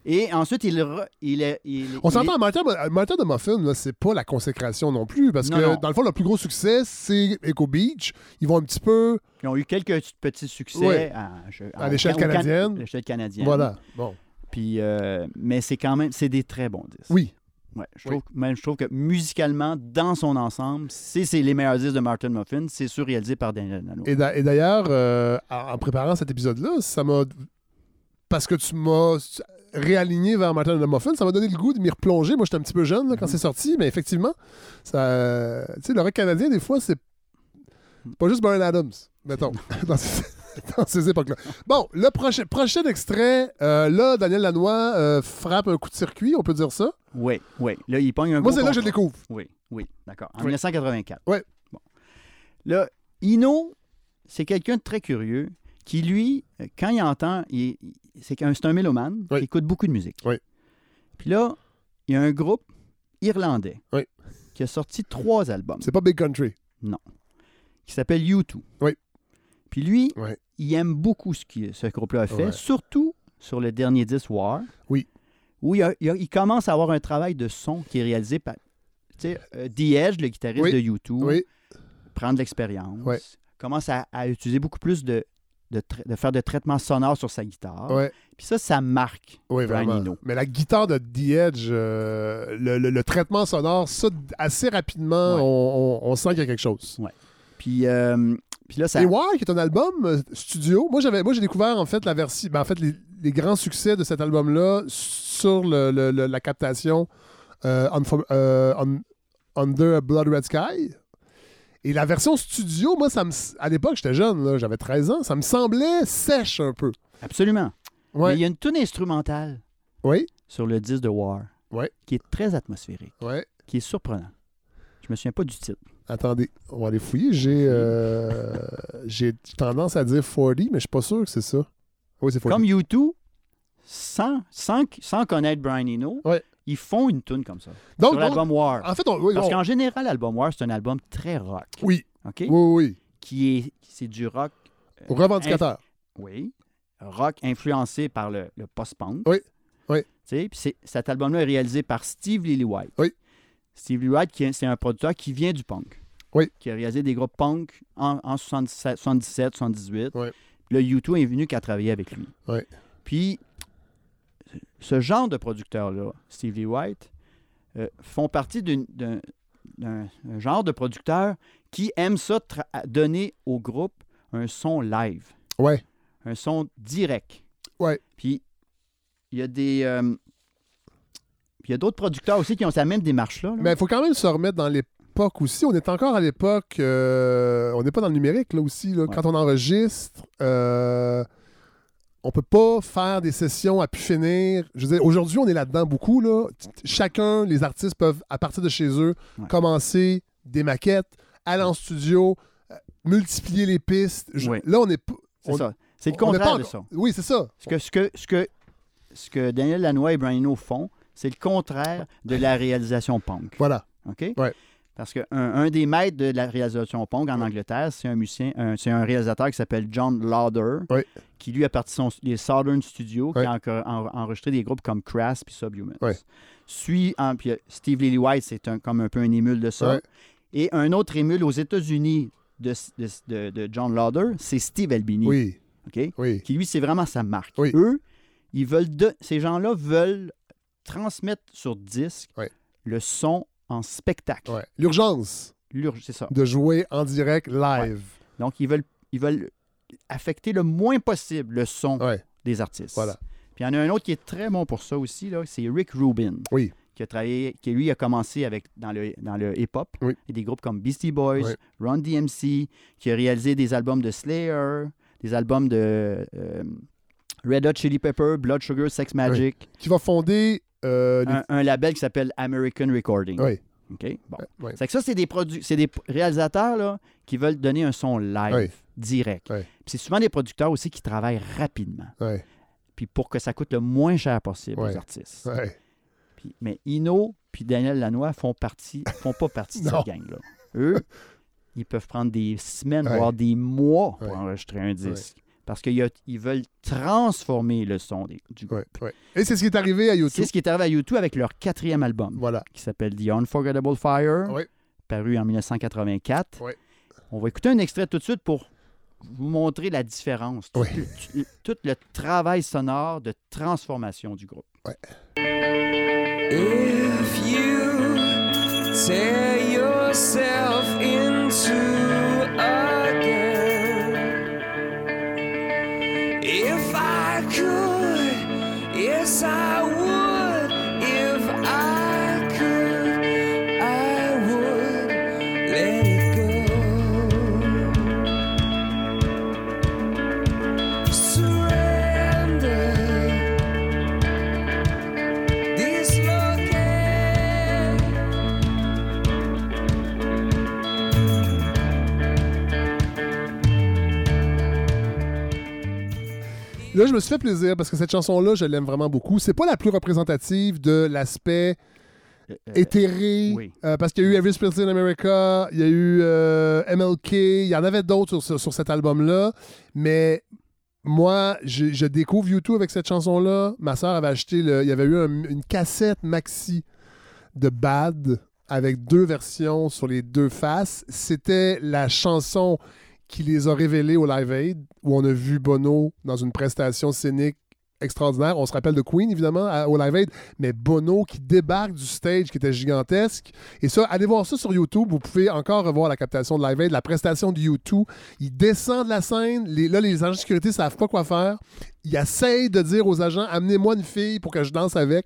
B: Et ensuite, il, re- il est. il-
A: On
B: il
A: s'entend, Martin, Martin de Muffin, là, c'est pas la consécration non plus, parce
B: Non,
A: que
B: non.
A: dans le fond, le plus gros succès, c'est Echo Beach. Ils vont un petit peu
B: est- Ils ont eu quelques petits succès
A: Ouais.
B: à, je-
A: à
B: en-
A: l'échelle
B: au Can-
A: canadienne.
B: à l'échelle canadienne.
A: Voilà. Bon.
B: Puis, euh, mais c'est quand même, c'est des très bons disques.
A: Oui.
B: Ouais, je,
A: Oui.
B: trouve, même, je trouve que musicalement, dans son ensemble, c'est c'est les meilleurs disques de Martin Muffin, c'est sûr réalisé par Daniel Lanois.
A: Et, d'a- et d'ailleurs, euh, en en préparant cet épisode-là, ça m'a. Parce que tu m'as réaligné vers Martin de Muffin, ça m'a donné le goût de m'y replonger. Moi, j'étais un petit peu jeune là, quand
B: Mhm.
A: c'est sorti, mais effectivement, ça. Tu sais, le rock canadien, des fois, c'est pas juste Brian Adams, mettons, dans ces, dans ces époques-là. Bon, le prochain, prochain extrait, euh, là, Daniel Lanois euh, frappe un coup de circuit, on peut dire ça.
B: Oui, oui. Là, il pogne un
A: Moi,
B: gros
A: c'est là que je le
B: contrat.
A: découvre.
B: Oui, oui, d'accord. En
A: Oui.
B: 1984.
A: Ouais.
B: Bon. Là, Ino, c'est quelqu'un de très curieux qui, lui, euh, quand il entend, il- il- c'est un, c'est un mélomane
A: Oui.
B: qui écoute beaucoup de musique.
A: Oui.
B: Puis là, il y a un groupe irlandais
A: Oui.
B: qui a sorti trois albums
A: C'est pas Big Country.
B: qui s'appelle U2.
A: Oui.
B: Puis lui,
A: Ouais.
B: il aime beaucoup ce que ce groupe-là a fait,
A: Ouais.
B: surtout sur le dernier 10 War.
A: Oui.
B: Où il, a- il a- il commence à avoir un travail de son qui est réalisé par tu sais, euh, Diège, le guitariste
A: Oui.
B: de U2,
A: Oui.
B: prend de l'expérience,
A: Ouais.
B: commence à, à utiliser beaucoup plus de, de, tra- de faire de traitements sonores sur sa guitare.
A: Ouais.
B: Puis ça, ça marque.
A: Oui,
B: Brian
A: vraiment.
B: Eno.
A: Mais la guitare de The Edge, euh, le, le- le traitement sonore, ça, assez rapidement,
B: Ouais.
A: on, on- on sent qu'il y a quelque chose.
B: Puis, euh, puis là, ça.
A: Et Why, qui est un album euh, studio, moi j'avais, moi j'ai découvert en fait la version, ben, en fait les, les grands succès de cet album-là sur le- le- le- la captation euh, Unfor- euh, Un- Under a Blood Red Sky. Et la version studio, moi, ça me, s- à l'époque, j'étais jeune, là, j'avais 13 ans, ça me semblait sèche un peu.
B: Absolument. Mais
A: Ouais.
B: il y a une tune instrumentale
A: Oui,
B: sur le 10 de War
A: Ouais.
B: qui est très atmosphérique.
A: ouais.
B: qui est surprenant. Je me souviens pas du titre.
A: Attendez, on va aller fouiller. J'ai euh, j'ai tendance à dire 40, mais je suis pas sûr que c'est ça. Oui, c'est 40.
B: Comme U2, sans, sans, sans connaître Brian Eno,
A: Ouais. Oh,
B: ils font une tune comme ça.
A: donc,
B: sur
A: donc,
B: l'album War.
A: en fait, on, oui,
B: Parce
A: on-
B: qu'en général, l'album War, c'est un album très rock.
A: oui,
B: OK? Euh,
A: oui, oui,
B: Qui est, c'est du rock,
A: oui. Revendicateur.
B: oui, rock influencé par le, le post-punk.
A: Oui, oui.
B: Tu sais, puis c'est- cet album-là est réalisé par Steve Lillywhite.
A: Oui.
B: Steve Lillywhite, qui est- c'est un producteur qui vient du punk.
A: Oui.
B: Qui a réalisé des groupes punk en, en 77, 77, 78.
A: Oui.
B: Le U2 est venu qu'à travailler avec lui.
A: Oui.
B: Puis, ce genre de producteurs-là, Steve Lillywhite, euh, font partie d'une- d'un d'un- un genre de producteurs qui aiment ça tra- donner au groupe un son live
A: Ouais.
B: un son direct.
A: Ouais.
B: Puis il y a des. euh, puis il y a d'autres producteurs aussi qui ont cette même démarche-là. là.
A: Mais il faut quand même se remettre dans l'époque aussi. On est encore à l'époque. euh, on n'est pas dans le numérique, là aussi. là.
B: Ouais.
A: Quand on enregistre, euh, on peut pas faire des sessions à pu finir. Je veux dire, aujourd'hui, on est là-dedans beaucoup. Là. T- t- Chacun, les artistes peuvent, à partir de chez eux,
B: Ouais.
A: commencer des maquettes, aller en studio, euh, multiplier les pistes. Je-
B: Ouais.
A: Là, on est. p-
B: c'est
A: on-
B: ça. C'est le
A: on n'est pas
B: contraire de ça.
A: encore- Oui, c'est ça.
B: Ce que, ce, que, ce, que, ce que Daniel Lanois et Brian Eno font, c'est le contraire de la réalisation punk.
A: Voilà.
B: OK?
A: Ouais.
B: Parce qu'un un des maîtres de la réalisation punk en Angleterre, c'est un musicien, un- c'est un réalisateur qui s'appelle John Lauder,
A: Ouais.
B: qui lui a parti son, les Southern Studios,
A: Ouais.
B: qui a enco- en- enregistré des groupes comme Crass puis Subhumans.
A: Ouais.
B: Suit, en- puis, euh, Steve Lillywhite, c'est un, comme un peu un émule de ça.
A: Ouais.
B: Et un autre émule aux États-Unis de, de- de- de John Lauder, c'est Steve Albini.
A: Oui,
B: OK?
A: oui.
B: qui lui, c'est vraiment sa marque.
A: Oui.
B: Eux, ils veulent de- ces gens-là veulent transmettre sur disque
A: Ouais.
B: le son en spectacle.
A: Ouais. L'urgence
B: L'ur- C'est ça.
A: de jouer en direct live.
B: Donc, ils veulent, ils veulent affecter le moins possible le son
A: Ouais.
B: des artistes.
A: Voilà.
B: Puis il y en a un autre qui est très bon pour ça aussi, là, c'est Rick Rubin.
A: Oui.
B: Qui a travaillé, qui lui a commencé avec dans le, dans le hip-hop.
A: Oui.
B: Et des groupes comme Beastie Boys,
A: Oui.
B: Run DMC, qui a réalisé des albums de Slayer, des albums de euh, Red Hot Chili Pepper, Blood Sugar, Sex Magic.
A: Qui va fonder. euh, les-
B: Un, un label qui s'appelle American Recording.
A: Oui. Euh,
B: OK? Bon.
A: Ouais.
B: C'est que ça, c'est des produits, c'est des p- réalisateurs là, qui veulent donner un son live,
A: Ouais.
B: direct.
A: Ouais.
B: Puis c'est souvent des producteurs aussi qui travaillent rapidement.
A: Ouais,
B: Puis pour que ça coûte le moins cher possible
A: Ouais.
B: aux artistes.
A: ouais.
B: Puis- mais Ino puis Daniel Lanois font partie, font pas partie de
A: Non.
B: cette gang-là. Eux, ils peuvent prendre des semaines,
A: Ouais.
B: voire des mois pour
A: Ouais.
B: enregistrer un disque. Parce qu'ils ils veulent transformer le son des- du groupe.
A: ouais, ouais. Et c'est ce qui est arrivé à YouTube.
B: C'est ce qui est arrivé à YouTube avec leur quatrième album
A: Voilà.
B: qui s'appelle The Unforgettable Fire,
A: Ouais.
B: paru en 1984.
A: Ouais.
B: On va écouter un extrait tout de suite pour vous montrer la différence, tout,
A: Ouais.
B: tout- tout le travail sonore de transformation du groupe.
D: If you tear yourself into again, if I could, yes, I would. If I could, I would let it go. Surrender. This looking
A: Là, je me suis fait plaisir parce que cette chanson-là, je l'aime vraiment beaucoup. C'est pas la plus représentative de l'aspect
B: Euh, euh,
A: éthéré.
B: oui.
A: euh, parce qu'il y a eu Every Spirit in America, il y a eu euh, MLK, il y en avait d'autres sur, ce- sur cet album-là. Mais moi, je, je découvre YouTube avec cette chanson-là. Ma sœur avait acheté, le- il y avait eu un- une cassette maxi de Bad avec deux versions sur les deux faces. C'était la chanson qui les a révélés au Live Aid, où on a vu Bono dans une prestation scénique extraordinaire. On se rappelle de Queen, évidemment, à- au Live Aid, mais Bono qui débarque du stage qui était gigantesque. Et ça, allez voir ça sur YouTube. Vous pouvez encore revoir la captation de Live Aid, la prestation de YouTube. Il descend de la scène. Les- là, les agents de sécurité ne savent pas quoi faire. Il essaye de dire aux agents Amenez-moi une fille pour que je danse avec.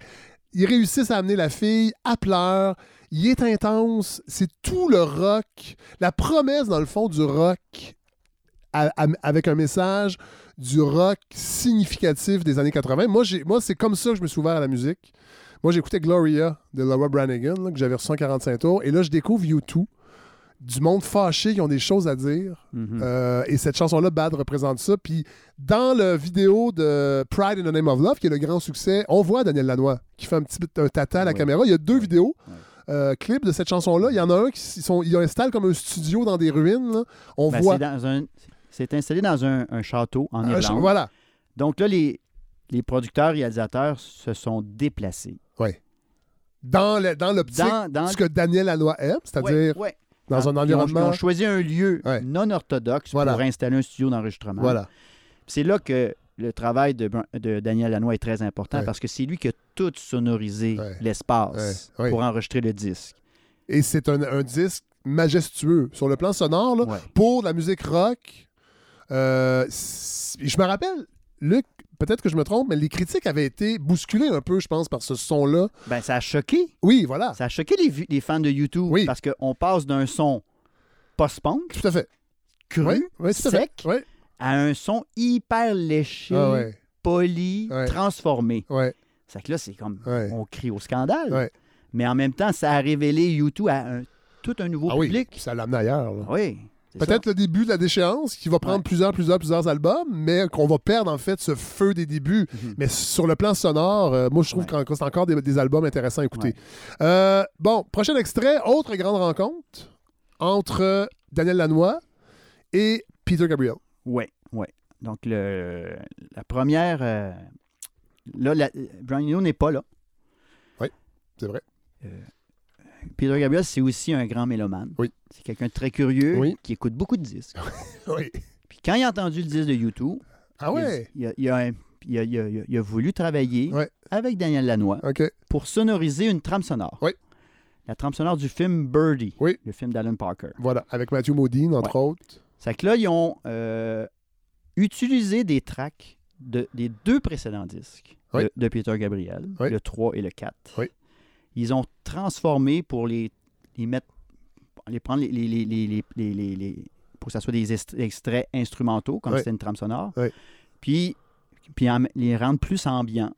A: Ils réussissent à amener la fille à pleurs. Il est intense. C'est tout le rock. La promesse, dans le fond, du rock à- à- avec un message du rock significatif des années 80. Moi, j'ai- moi c'est comme ça que je me suis ouvert à la musique. Moi, j'écoutais Gloria de Laura Branigan, là, que j'avais reçu en 45 tours. Et là, je découvre U2. du monde fâché qui ont des choses à dire.
B: Mhm.
A: Euh, et cette chanson-là, Bad, représente ça. Puis dans la vidéo de Pride in the Name of Love, qui est le grand succès, on voit Daniel Lanois qui fait un petit bit- un tata à la
B: Ouais.
A: caméra. Il y a deux
B: Ouais.
A: vidéos.
B: Ouais.
A: euh, clips de cette chanson-là. Il y en a un qui s- ils sont, ils installent comme un studio dans des ruines. là. On
B: Ben,
A: voit.
B: c'est dans un- c'est installé dans un, un château en
A: un ch-
B: Irlande.
A: voilà.
B: Donc là, les, les producteurs réalisateurs se sont déplacés.
A: Dans le- dans l'optique
B: Dans, dans
A: ce que Daniel Lanois aime, c'est-à-dire
B: Ouais, ouais.
A: dans un
B: Ils ont- Ils ont,
A: environnement.
B: choisi un lieu
A: Ouais.
B: non orthodoxe
A: Voilà.
B: pour installer un studio d'enregistrement.
A: Voilà.
B: Puis C'est là que le travail de, Br- de Daniel Lanois est très important
A: Ouais.
B: parce que c'est lui qui a tout sonorisé
A: Ouais.
B: l'espace
A: Ouais. Ouais.
B: pour enregistrer le disque.
A: Et c'est un, un disque majestueux sur le plan sonore. là.
B: Ouais.
A: Pour la musique rock, euh, c- je me rappelle, Luc, peut-être que je me trompe, mais les critiques avaient été bousculées un peu, je pense, par ce son-là.
B: Ben, ça a choqué.
A: Oui, voilà.
B: Ça a choqué les, vu- les fans de YouTube
A: Oui.
B: parce qu'on passe d'un son post-punk,
A: Tout à fait.
B: cru,
A: Oui, oui, tout à fait.
B: sec,
A: Oui.
B: à un son hyper léché,
A: Ah ouais,
B: poli,
A: Ouais.
B: transformé.
A: ouais,
B: C'est que là, c'est comme
A: ouais.
B: on crie au scandale.
A: Ouais.
B: Mais en même temps, ça a révélé YouTube à un- tout un nouveau
A: Ah oui,
B: public.
A: ça l'amène ailleurs. là.
B: Oui. c'est ça.
A: Peut-être le début de la déchéance qui va prendre
B: Ouais.
A: plusieurs, plusieurs, plusieurs albums, mais qu'on va perdre en fait ce feu des débuts.
B: Mhm.
A: Mais sur le plan sonore, euh, moi je trouve
B: Ouais.
A: qu'en- que c'est encore des, des albums intéressants à écouter. Euh, bon, prochain extrait, autre grande rencontre entre Daniel Lanois et Peter Gabriel.
B: Oui, oui. Donc, le, la première. euh, là, la- Brian Eno n'est pas là.
A: Oui, c'est vrai.
B: Euh, Peter Gabriel, c'est aussi un grand mélomane.
A: Oui.
B: C'est quelqu'un de très curieux
A: Oui.
B: qui écoute beaucoup de disques.
A: Oui.
B: Puis quand il a entendu le disque de YouTube,
A: Ah ouais?
B: il, a, il a- il a- il a- il a- il a voulu travailler
A: Ouais.
B: avec Daniel Lanois
A: OK.
B: pour sonoriser une trame sonore.
A: Oui.
B: La trame sonore du film Birdie,
A: Oui.
B: le film d'Alan Parker.
A: Voilà, avec Matthew Modine, entre autres.
B: C'est que là, ils ont euh, utilisé des tracks de, des deux précédents disques
A: Oui.
B: de, de Peter Gabriel,
A: Oui.
B: le 3 et le 4.
A: Oui.
B: Ils ont transformé pour les, les mettre, les prendre les, les- les- les- les- les- les- les- pour que ça soit des est- extraits instrumentaux, comme
A: Oui.
B: c'était une trame sonore,
A: Oui.
B: puis, puis en- les rendre plus ambiants,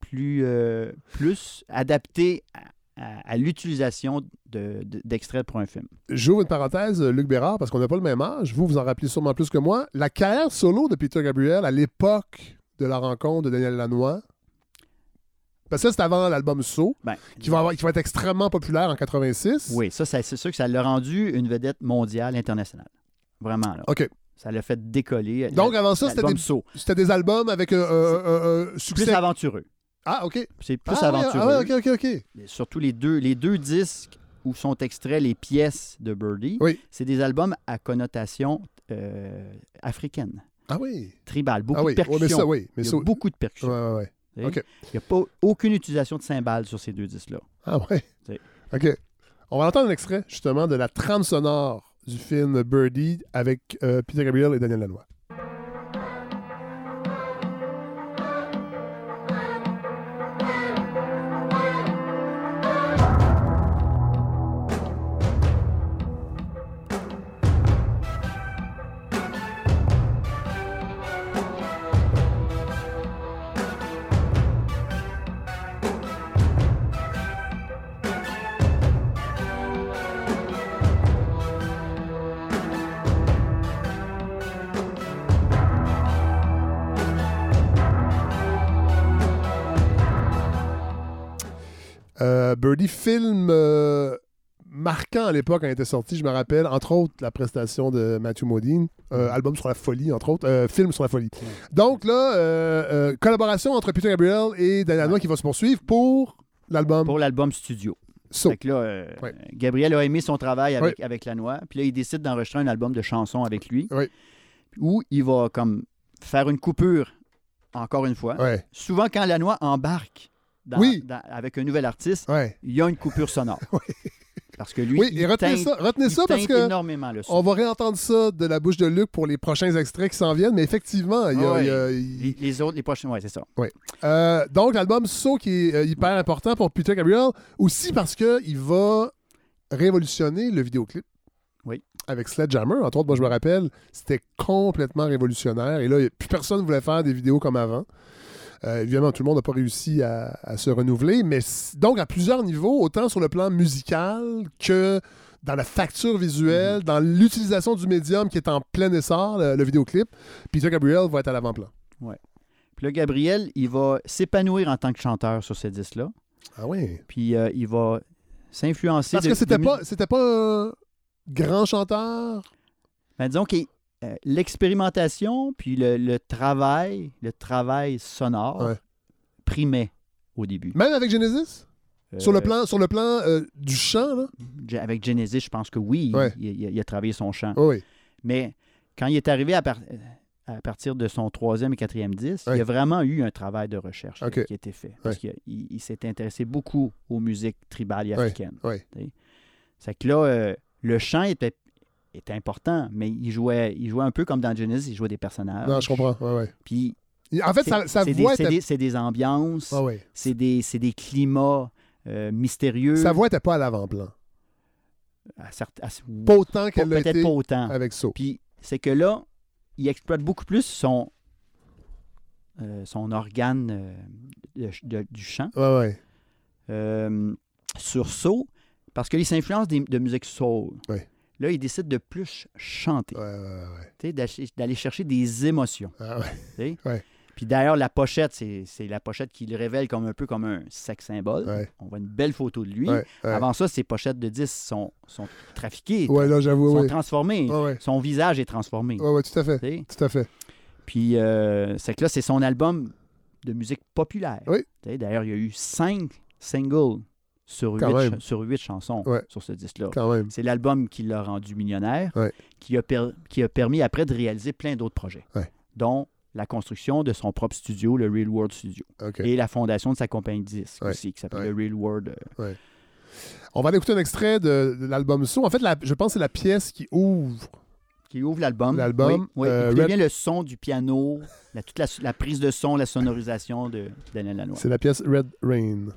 B: plus, euh, plus adaptés à, à- à l'utilisation de- de- d'extraits pour un film.
A: J'ouvre une parenthèse, Luc Bérard, parce qu'on n'a pas le même âge. Vous, vous en rappelez sûrement plus que moi. La carrière solo de Peter Gabriel à l'époque de la rencontre de Daniel Lanois. Parce que ça, c'est avant l'album So,
B: Ben,
A: qui va, avoir- qui va être extrêmement populaire en 86.
B: Oui, ça, ça- c'est sûr que ça l'a rendu une vedette mondiale, internationale. Vraiment, là.
A: OK.
B: Ça l'a fait décoller.
A: Donc,
B: L-
A: avant ça, c'était
B: l'album
A: des,
B: saut.
A: c'était des albums avec euh, un succès.
B: Plus aventureux.
A: Ah, OK.
B: C'est plus
A: ah, oui,
B: aventureux.
A: ah, ouais, OK, OK, OK.
B: Et Surtout les deux, les deux disques où sont extraits les pièces de Birdie.
A: Oui.
B: C'est des albums à connotation euh, africaine,
A: Ah oui.
B: tribale, beaucoup
A: ah oui.
B: de percussions.
A: Ouais, mais ça, oui. Mais
B: Il y a
A: ça,
B: beaucoup de percussions.
A: ouais, ouais, ouais.
B: tu sais.
A: OK.
B: Il n'y a pas, aucune utilisation de cymbales sur ces deux disques-là.
A: Ah ouais.
B: C'est-
A: OK. On va entendre un extrait, justement, de la trame sonore du film Birdie avec euh, Peter Gabriel et Daniel Lanois. Euh, Birdie, film euh, marquant à l'époque quand il était sorti, je me rappelle, entre autres, la prestation de Matthew Modine,
B: Mm.
A: euh, album sur la folie, entre autres, euh, film sur la folie. Donc là, euh, euh, collaboration entre Peter Gabriel et Daniel Lanois qui va se poursuivre pour l'album
B: Pour l'album studio.
A: So.
B: Fait que là, euh,
A: Ouais.
B: Gabriel a aimé son travail avec, avec Lanois. Puis là, il décide d'enregistrer un album de chansons avec lui.
A: Ouais.
B: Où il va comme faire une coupure, encore une fois.
A: Ouais,
B: Souvent, quand Lanois embarque dans-
A: Oui.
B: dans- avec un nouvel artiste,
A: ouais.
B: il y a une coupure sonore. Parce que lui,
A: Oui,
B: il
A: et retenez
B: teinte-
A: ça, retenez
B: il
A: ça parce
B: teinte
A: que.
B: énormément le son.
A: On va réentendre ça de la bouche de Luc pour les prochains extraits qui s'en viennent, mais effectivement, il y a-
B: Ah ouais.
A: il y a- il-
B: Les, les autres, les prochains, ouais, c'est ça.
A: Euh, donc l'album So qui est euh, hyper important pour Peter Gabriel, aussi parce qu'il va révolutionner le vidéoclip.
B: Oui.
A: Avec Sledgehammer, entre autres, moi je me rappelle, c'était complètement révolutionnaire. Et là, y a- plus personne voulait faire des vidéos comme avant. Euh, évidemment, tout le monde n'a pas réussi à, à se renouveler, mais c- donc à plusieurs niveaux, autant sur le plan musical que dans la facture visuelle, dans l'utilisation du médium qui est en plein essor, le, le vidéoclip. Peter Gabriel va être à l'avant-plan.
B: Puis là, Gabriel, il va s'épanouir en tant que chanteur sur ces disques-là.
A: Ah oui.
B: Puis euh, il va s'influencer.
A: Parce
B: de-
A: que c'était
B: de-
A: pas, c'était pas euh, grand chanteur.
B: Ben, disons que euh, l'expérimentation, puis le, le travail, le travail sonore
A: Ouais.
B: primait au début.
A: Même avec Genesis? Sur
B: Euh,
A: le plan, sur le plan euh, du chant, là?
B: Ge- Avec Genesis, je pense que oui, il-
A: Ouais.
B: il, il a- il a travaillé son chant.
A: Oh oui.
B: Mais quand il est arrivé à, par- euh, à partir de son troisième et quatrième disque,
A: Ouais.
B: il y a vraiment eu un travail de recherche là,
A: OK.
B: qui a été fait. Parce qu'il a- il, il s'est intéressé beaucoup aux musiques tribales et
A: Ouais,
B: africaines.
A: ouais.
B: Tu sais. C'est que là, euh, le chant était, était important, mais il jouait, il jouait un peu comme dans Genesis, il jouait des personnages.
A: Ah. Non, je comprends. Ouais, ouais.
B: Puis,
A: Il- En fait,
B: c'est-
A: sa, sa
B: c'est des-
A: voix
B: c'est
A: était...
B: des- c'est des ambiances,
A: Ah ouais.
B: c'est des, c'est des climats euh, mystérieux.
A: Sa voix était pas à l'avant-plan.
B: à certes- à-
A: Pas Euh, autant qu'elle l'a
B: Peut-être
A: été
B: pas autant.
A: avec So.
B: Puis c'est que là, il exploite beaucoup plus son, euh, son organe euh, de ch- de- du chant
A: Ouais, ouais.
B: euh, sur saut parce qu'il s'influence des- de musique soul.
A: Ouais.
B: Là, il décide de plus chanter,
A: Ouais, ouais, ouais.
B: tu sais, d'ach- d'aller chercher des émotions.
A: Ah ouais.
B: Puis d'ailleurs, la pochette, c'est c'est la pochette qui le révèle comme un peu comme un sex symbole.
A: Ouais.
B: On voit une belle photo de lui.
A: Ouais, ouais.
B: Avant ça, ses pochettes de 10 sont, sont trafiquées,
A: Ouais, là, j'avoue,
B: sont
A: oui.
B: transformées.
A: Ouais, ouais.
B: Son visage est transformé.
A: Ouais, ouais, tout à fait.
B: tu sais.
A: Tout à fait.
B: Puis, euh, c'est que là, c'est son album de musique populaire.
A: Oui.
B: Tu sais, D'ailleurs, il y a eu cinq singles sur,
A: Quand
B: huit,
A: même.
B: ch- sur huit chansons
A: Ouais.
B: sur ce disque-là.
A: Quand même.
B: C'est l'album qui l'a rendu millionnaire,
A: Ouais.
B: qui, a per- qui a permis après de réaliser plein d'autres projets,
A: Ouais.
B: dont la construction de son propre studio, le Real World Studio,
A: OK.
B: et la fondation de sa compagnie de disques
A: Ouais.
B: aussi, qui s'appelle
A: Ouais.
B: le Real World. euh,
A: On va aller écouter un extrait de, de l'album So. En fait, la- je pense que c'est la pièce qui ouvre.
B: qui ouvre l'album.
A: L'album,
B: Oui, oui.
A: euh,
B: Écoutez
A: Red-
B: bien le son du piano, la, toute la, la prise de son, la sonorisation de Daniel Lanois.
A: C'est la pièce Red Rain.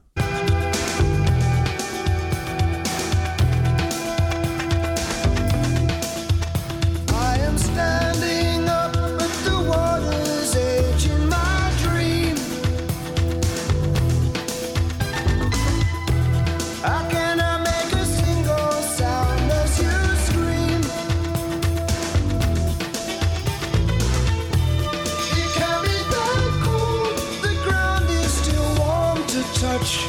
D: I am standing up at the water's edge in my dream. I cannot make a single sound as you scream. It can be that cold, the ground is still warm to touch.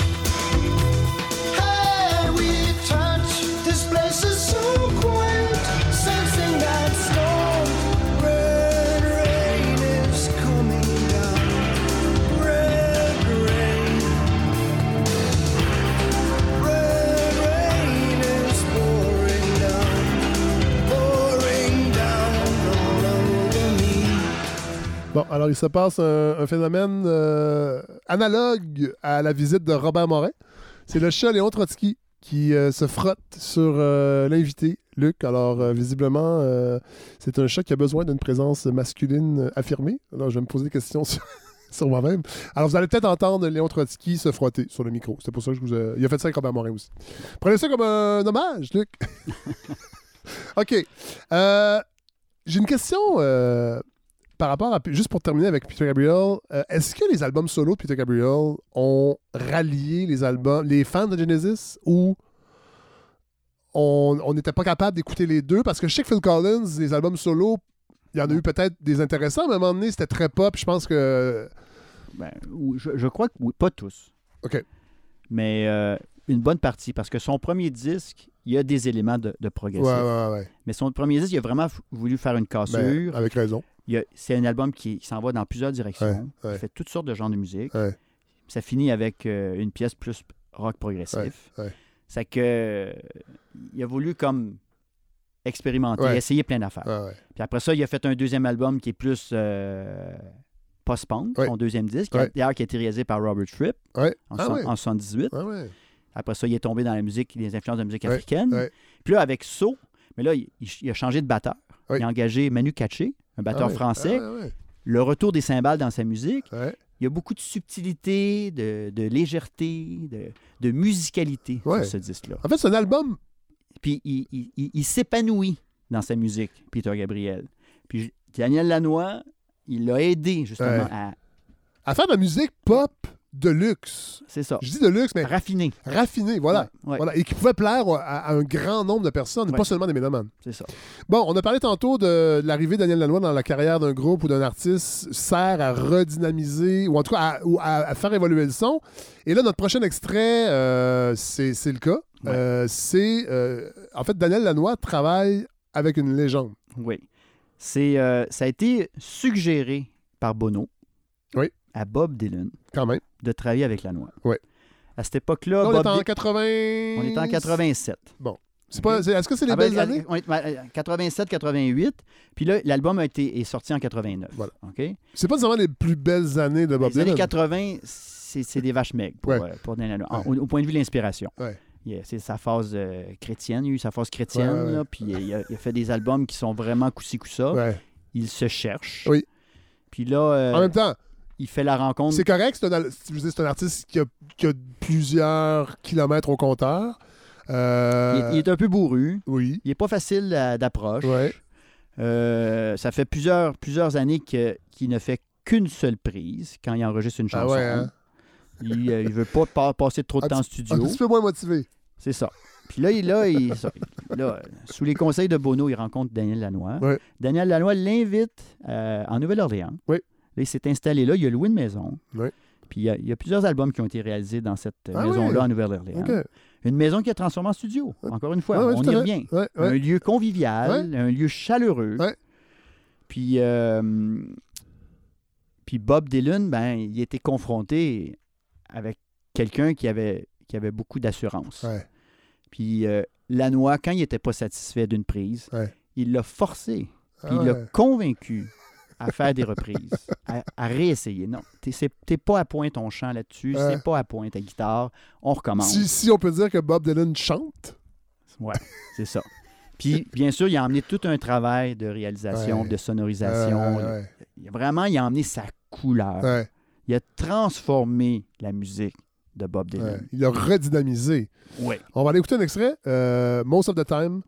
D: Hey, we touch. This place is so quiet, sensing that storm. Red rain is coming down. Red rain. Red rain is pouring down, pouring down all over me.
A: Bon, alors il se passe un, un phénomène euh, analogue à la visite de Robert Morin. C'est le chat Léon Trotsky qui euh, se frotte sur euh, l'invité, Luc. Alors, euh, visiblement, euh, c'est un chat qui a besoin d'une présence masculine euh, affirmée. Alors, je vais me poser des questions sur, sur moi-même. Alors, vous allez peut-être entendre Léon Trotsky se frotter sur le micro. C'est pour ça que je vous ai... Il a fait ça avec Robert Morin aussi. Prenez ça comme un hommage, Luc. OK. Euh, J'ai une question... euh, par rapport à, juste pour terminer avec Peter Gabriel, euh, est-ce que les albums solo de Peter Gabriel ont rallié les albums, les fans de Genesis ou on on n'était pas capable d'écouter les deux parce que chez Phil Collins, les albums solo, il y en a eu peut-être des intéressants, mais à un moment donné, c'était très pop. Je pense que
B: Ben, ou- je, je crois que oui, pas tous.
A: OK.
B: Mais euh, une bonne partie, parce que son premier disque, il y a des éléments de, de
A: ouais,
B: progressif.
A: ouais, ouais, ouais.
B: Mais son premier disque, il a vraiment f- voulu faire une
A: Ben,
B: cassure.
A: avec raison.
B: Il y a- C'est un album qui, qui s'en va dans plusieurs directions.
A: Ouais, ouais.
B: Il fait toutes sortes de genres de musique.
A: Ouais.
B: Ça finit avec euh, une pièce plus rock progressif.
A: Ouais, ouais.
B: C'est que euh, il a voulu comme expérimenter,
A: Ouais.
B: essayer plein d'affaires.
A: Ouais, ouais.
B: Puis après ça, il a fait un deuxième album qui est plus euh, post-punk,
A: Ouais.
B: son deuxième disque,
A: Ouais.
B: d'ailleurs qui a été réalisé par Robert Fripp
A: Ouais.
B: en,
A: Ah
B: so-
A: ouais.
B: en 78.
A: Ouais, ouais.
B: Après ça, il est tombé dans la musique, les influences de la musique
A: Ouais.
B: africaine.
A: Ouais.
B: Puis là, avec So, mais là, il, il- il a changé de batteur.
A: Ouais.
B: Il a engagé Manu Katché, un
A: Ah
B: batteur
A: ouais.
B: français.
A: Ah ouais,
B: Le retour des cymbales dans sa musique.
A: ouais. Ouais.
B: Il y a beaucoup de subtilité, de, de légèreté, de, de musicalité
A: Ouais.
B: sur ce disque-là.
A: En fait, c'est un album.
B: Puis il, il- il- il s'épanouit dans sa musique, Peter Gabriel. Puis je- Daniel Lanois, il l'a aidé justement
A: Ouais.
B: à.
A: À faire de la musique pop de luxe.
B: C'est ça.
A: Je dis de luxe, mais
B: Raffiné.
A: raffiné, voilà.
B: Ouais, ouais,
A: Voilà, et qui pouvait plaire à, à un grand nombre de personnes, et
B: Ouais.
A: pas seulement des mélomanes.
B: C'est ça.
A: Bon, on a parlé tantôt de, de l'arrivée de Daniel Lanois dans la carrière d'un groupe ou d'un artiste sert à redynamiser, ou en tout cas à, ou à- à faire évoluer le son. Et là, notre prochain extrait, euh, c'est c'est le cas.
B: Ouais.
A: Euh, c'est, euh, en fait, Daniel Lanois travaille avec une légende.
B: Oui. C'est, euh, ça a été suggéré par Bono
A: Oui.
B: à Bob Dylan
A: Quand même.
B: de travailler avec Lanois.
A: Oui.
B: À cette époque-là,
A: Là, on
B: Ah, Bob
A: est en
B: Dy-
A: 80.
B: on est en 87.
A: C'est pas- c'est- Est-ce que c'est les
B: Ah ben,
A: belles
B: à-
A: années?
B: on est- ben, 87, 88. Puis là, l'album a été est sorti en 89.
A: Voilà.
B: OK? Les
A: C'est pas nécessairement les plus belles années de Bob
B: années
A: Dylan.
B: 80, c'est c'est des vaches maigres pour,
A: Ouais.
B: euh, pour Daniel Lanois, en-
A: Ouais.
B: au, au point de vue de l'inspiration.
A: Ouais.
B: Yeah, c'est sa phase euh, chrétienne. Il a eu sa phase chrétienne.
A: Ouais, ouais,
B: là,
A: ouais.
B: puis euh, il a, il a fait des albums qui sont vraiment coussi coussa.
A: Ouais.
B: Il se cherche.
A: Oui.
B: Puis là, euh,
A: En même temps,
B: il fait la rencontre.
A: C'est correct, c'est un, al- je veux dire, c'est un artiste qui a, qui a plusieurs kilomètres au compteur.
B: Il,
A: Euh,
B: est- il est un peu bourru.
A: Oui.
B: Il n'est pas facile à- d'approche.
A: Ouais. Ah,
B: Euh, ça fait plusieurs, plusieurs années que- qu'il ne fait qu'une seule prise quand il enregistre une
A: Ah
B: chanson.
A: ouais, hein?
B: Il ne veut pas pa- passer trop de
A: Un
B: temps en
A: Un
B: studio.
A: petit peu moins motivé.
B: C'est ça. Puis là, il, là, il- ça, il- là, sous les conseils de Bono, il rencontre Daniel Lanois.
A: Ouais.
B: Daniel Lanois l'invite euh, en Nouvelle-Orléans.
A: Oui.
B: Là, il s'est installé là. Il a loué une maison.
A: Oui.
B: Puis il y, a, il y a plusieurs albums qui ont été réalisés dans cette euh,
A: Ah
B: maison-là
A: oui?
B: en Nouvelle-Orléans.
A: OK. Ouais,
B: Une maison qui a transformée en studio. Encore une fois,
A: Ouais, ouais,
B: on
A: tout à
B: y
A: fait.
B: revient.
A: ouais.
B: Un lieu convivial, un lieu chaleureux.
A: Ouais.
B: Puis, euh, puis Bob Dylan, ben, il était confronté avec quelqu'un qui avait, qui avait beaucoup d'assurance.
A: Ouais.
B: Puis euh, Lanois, quand il n'était pas satisfait d'une prise,
A: Ouais.
B: il l'a forcé,
A: Ah
B: puis il l'a
A: ouais.
B: convaincu à faire des reprises, à, à réessayer. Non, t'es c'est- t'es pas à point ton chant là-dessus,
A: Ouais.
B: c'est pas à point ta guitare, on recommence.
A: Si, si on peut dire que Bob Dylan chante.
B: Ouais, c'est ça. Puis, bien sûr, il a emmené tout un travail de réalisation,
A: Ouais.
B: de sonorisation.
A: euh,
B: Il-
A: ouais,
B: il a vraiment, il a emmené sa couleur.
A: ouais,
B: Il a transformé la musique de Bob
A: ouais.
B: Dylan.
A: Il a redynamisé.
B: Oui.
A: On va aller écouter un extrait. euh, Most of the Time.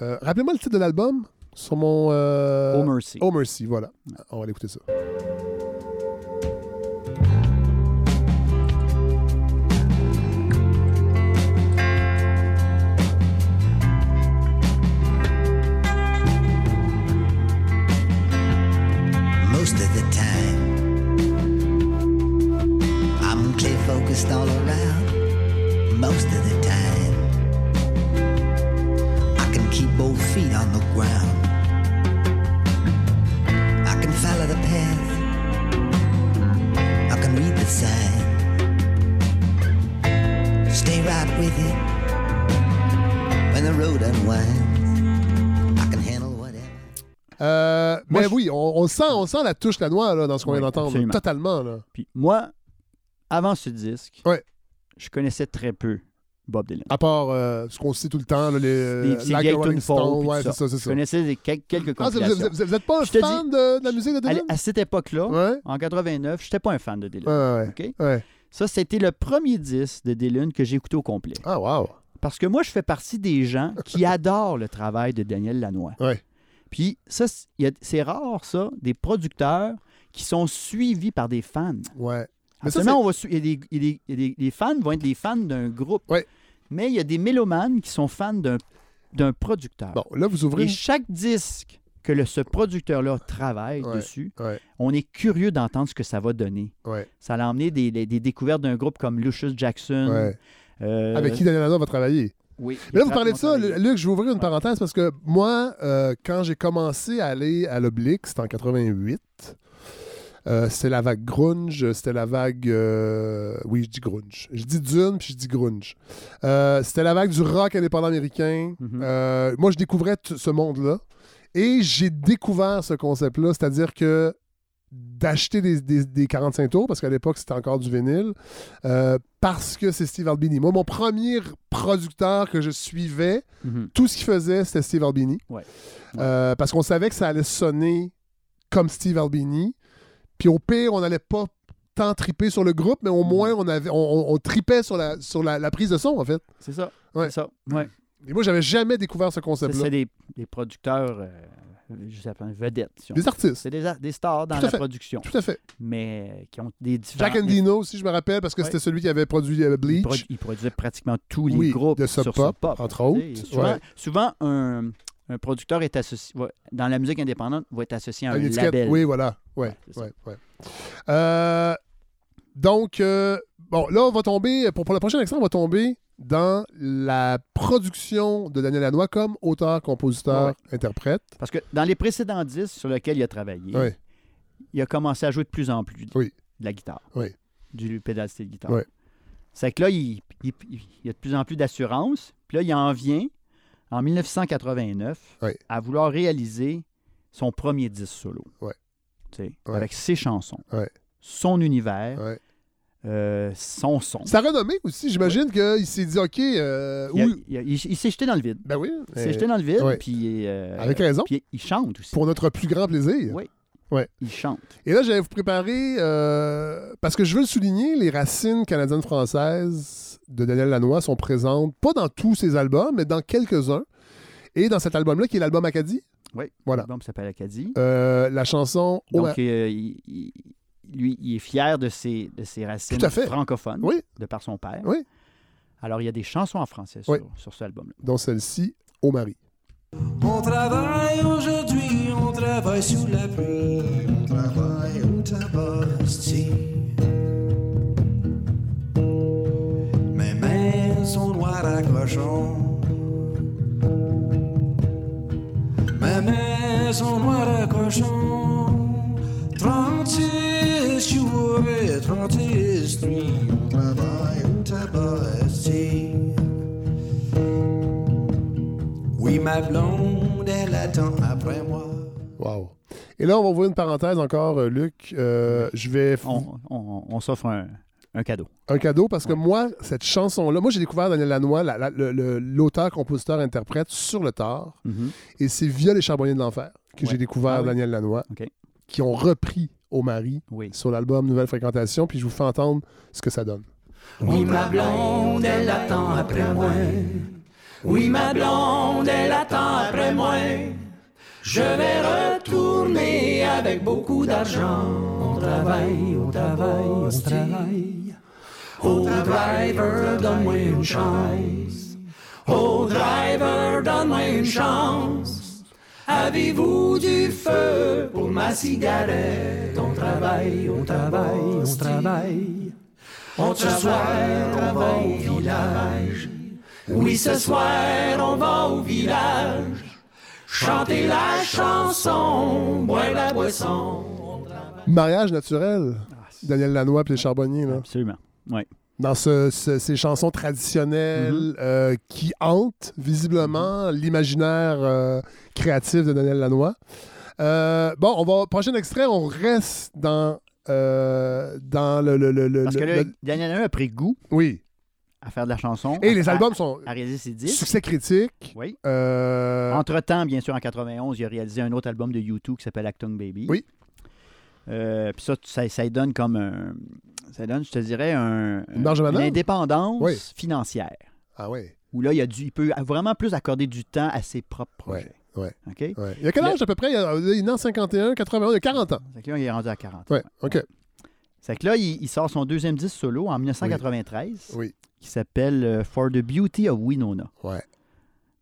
A: Euh, Rappelez-moi le titre de l'album sur mon. euh,
B: Oh mercy.
A: Oh Mercy, voilà. On va aller écouter ça.
E: most of the time. I'm clear focused all around most of the time. I can keep both feet on the ground. I can follow the path. I can read the sign. Stay right with it. When the road unwinds, I can handle whatever.
A: Euh,
B: Moi,
A: mais
B: je-
A: oui, on, on sent, on sent la touche lanois là, dans ce qu'on
B: Oui,
A: vient d'entendre.
B: absolument.
A: Totalement. Là.
B: Puis moi, avant ce disque,
A: Ouais.
B: je connaissais très peu Bob Dylan.
A: À part euh, ce qu'on sait tout le temps, là, les, euh,
B: Des-
A: la
B: ces vieilles tunes folk, puis
A: ouais,
B: tout
A: c'est ça, c'est
B: Je
A: ça.
B: connaissais des- quel- quelques
A: Ah, c'est- vous,
B: compilations.
A: vous- vous êtes pas un
B: Je te dis-
A: fan de, de la musique de
B: À,
A: Dylan?
B: à cette époque-là,
A: Ouais,
B: en 89, je n'étais pas un fan de Dylan.
A: ouais, ouais.
B: OK?
A: ouais.
B: Ça, c'était le premier disque de Dylan que j'ai écouté au complet.
A: Ah, wow.
B: Parce que moi, je fais partie des gens qui adorent le travail de Daniel Lanois.
A: Ouais.
B: Puis ça, c'est il y a- c'est rare, ça, des producteurs qui sont suivis par des fans.
A: Ouais. Mais ça,
B: Absolument, on va su- il y a des- il y a des- il y a des- les fans vont être des fans d'un groupe.
A: Ouais.
B: Mais il y a des mélomanes qui sont fans d'un d'un producteur.
A: Bon, là, vous ouvrez.
B: Et chaque disque que le- ce producteur-là travaille
A: Ouais.
B: dessus,
A: Ouais,
B: on est curieux d'entendre ce que ça va donner.
A: ouais,
B: Ça a emmené des, des- des découvertes d'un groupe comme Lucius Jackson.
A: ouais.
B: euh,
A: Avec qui Daniel Lanois va travailler?
B: oui,
A: Mais là, vous
B: les
A: parlez de ça.
B: Trappes
A: Luc, je vais ouvrir une
B: Ouais.
A: parenthèse parce que moi, euh, quand j'ai commencé à aller à l'Oblique, c'était en 88. euh, c'était la vague grunge, c'était la vague. euh, oui, je dis grunge. Je dis dune, puis je dis grunge. Euh, c'était la vague du rock indépendant américain.
B: Mhm.
A: Euh, moi, je découvrais tout ce monde-là. Et j'ai découvert ce concept-là, c'est-à-dire que d'acheter des, des- des 45 tours, parce qu'à l'époque, c'était encore du vinyle, euh, parce que c'est Steve Albini. Moi, mon premier producteur que je suivais,
B: Mhm.
A: tout ce qu'il faisait, c'était Steve Albini.
B: Ouais.
A: Euh, parce qu'on savait que ça allait sonner comme Steve Albini. Puis au pire, on n'allait pas tant triper sur le groupe, mais
B: Mm.
A: au moins, on, avait, on, on- on tripait sur, la, sur la, la prise de son, en fait.
B: C'est ça.
A: Ouais.
B: C'est ça. Ouais.
A: Et moi, j'avais jamais découvert ce
B: Ça,
A: concept-là.
B: C'est des, des producteurs euh, je sais pas, vedettes. si on-
A: Des artistes.
B: C'est des, a- des stars dans
A: Tout à
B: la
A: fait.
B: production,
A: Tout à fait.
B: mais euh, qui ont des différents...
A: Jack and Dino aussi, je me rappelle, parce que
B: Ouais.
A: c'était celui qui avait produit euh,
B: il,
A: Bleach.
B: produ- il produisait pratiquement tous les
A: Oui,
B: groupes
A: de
B: sur
A: Sub
B: Sub
A: Pop,
B: Pop.
A: entre
B: Tu sais,
A: autres.
B: Souvent,
A: Ouais.
B: souvent, un, un producteur est associé, va- dans la musique indépendante, va être associé à un
A: Une étiquette.
B: label.
A: Oui, voilà. Ouais,
B: Ouais, c'est ça.
A: ouais, ouais. Euh, donc, euh, bon, là, on va tomber, pour, pour le prochain extrait, on va tomber dans la production de Daniel Lanois comme auteur, compositeur,
B: Ouais,
A: interprète.
B: Parce que dans les précédents disques sur lesquels il a travaillé,
A: Ouais.
B: il a commencé à jouer de plus en plus de,
A: Oui.
B: de la guitare,
A: Oui.
B: du pédal style guitare.
A: Ouais.
B: C'est que là, il, il- il a de plus en plus d'assurance. Puis là, il en vient, en 1989,
A: Ouais.
B: à vouloir réaliser son premier disque solo.
A: Ouais.
B: Tu sais,
A: Ouais.
B: Avec ses chansons,
A: Ouais.
B: son univers,
A: Ouais.
B: euh, son son.
A: Ça a renommé aussi, j'imagine qu'il s'est dit, OK, euh,
B: Il, a-
A: oui,
B: il a- il- il s'est jeté dans le vide.
A: ben oui,
B: Il s'est
A: euh,
B: jeté dans le vide,
A: ouais.
B: puis, euh,
A: avec raison,
B: puis il chante aussi.
A: pour notre plus grand plaisir.
B: Oui. Il chante.
A: Et là, j'allais vous préparer, euh, parce que je veux le souligner, les racines canadiennes-françaises de Daniel Lanois sont présentes, pas dans tous ses albums, mais dans quelques-uns. Et dans cet album-là, qui est l'album Acadie,
B: Oui.
A: Voilà.
B: L'album s'appelle Acadie.
A: euh, la chanson Oh,
B: Donc, euh, il- il- lui, il est fier de ses, de ses racines
A: Tout à fait.
B: francophones,
A: Oui.
B: de par son père.
A: Oui.
B: Alors, il y a des chansons en français sur,
A: Oui.
B: sur ce album-là.
A: dans celle-ci, Oh Marie.
D: On travaille aujourd'hui, on travaille sous la pluie, on travaille au tabac asti. Mes mains sont noires à cochon. Mes mains sont noires à cochon. 36 jours et 36 nuits, on travaille au tabac asti. Oui, ma blonde, elle attend après moi.
A: Wow. Et là, on va ouvrir une parenthèse encore, euh, Luc. Euh, je vais f-
B: On, on- on s'offre un, un cadeau.
A: un cadeau parce que moi, cette chanson-là, moi, j'ai découvert Daniel Lanois, la- la- le- le- l'auteur, compositeur, interprète, sur le tard.
B: Mhm.
A: Et c'est via Les Charbonniers de l'Enfer que
B: Ouais.
A: j'ai découvert
B: Ah oui.
A: Daniel Lanois,
B: OK.
A: qui ont repris au mari
B: Oui.
A: sur l'album Nouvelle Fréquentation, puis je vous fais entendre ce que ça donne.
D: Oui, ma blonde, elle attend après moi. Oui, ma blonde, elle attend après moi. Je vais retourner avec beaucoup d'argent. On travaille, on travaille, on travaille. Oh, driver, donne-moi une chance. Oh, driver, donne-moi une chance. Avez-vous du feu pour ma cigarette? On travaille, on travaille, on travaille. On ce soir, on va au village. Oui, ce soir, on va au village. Chanter la chanson, boire la boisson.
A: Mariage naturel,
B: Ah,
A: Daniel Lanois puis Les Charbonniers, là.
B: Absolument. Oui.
A: dans ce- ce- ces chansons traditionnelles
B: Mhm.
A: euh, qui hantent visiblement l'imaginaire euh, créatif de Daniel Lanois. Euh, bon, on va prochain extrait, on reste dans euh, dans le, le- le- le-
B: Parce que
A: le-
B: là,
A: le-
B: Daniel Lanois a pris goût
A: oui.
B: à faire de la chanson.
A: Et les
B: à-
A: albums sont
B: À, à réaliser ses disques.
A: succès critique.
B: Oui.
A: Euh,
B: Entre-temps, bien sûr, en 91, il a réalisé un autre album de U2 qui s'appelle Actung Baby.
A: Oui.
B: Euh, Puis ça, tu- ça, ça lui donne comme un... Ça donne, je te dirais, un,
A: Une marge de
B: une
A: manœuvre?
B: indépendance
A: Oui.
B: financière.
A: Ah ouais.
B: Où là, il, a dû, il peut vraiment plus accorder du temps à ses propres projets.
A: ouais.
B: OK?
A: ouais. Il y a quel
B: Le-
A: âge à peu près Il y a, euh, il est né en 51, 81, il y a 40 ans.
B: Fait que là, il est rendu à 40.
A: Ouais. OK.
B: C'est que là, il, il sort son deuxième disque solo en 1993
A: Oui.
B: qui s'appelle euh, For the Beauty of Winona.
A: Ouais.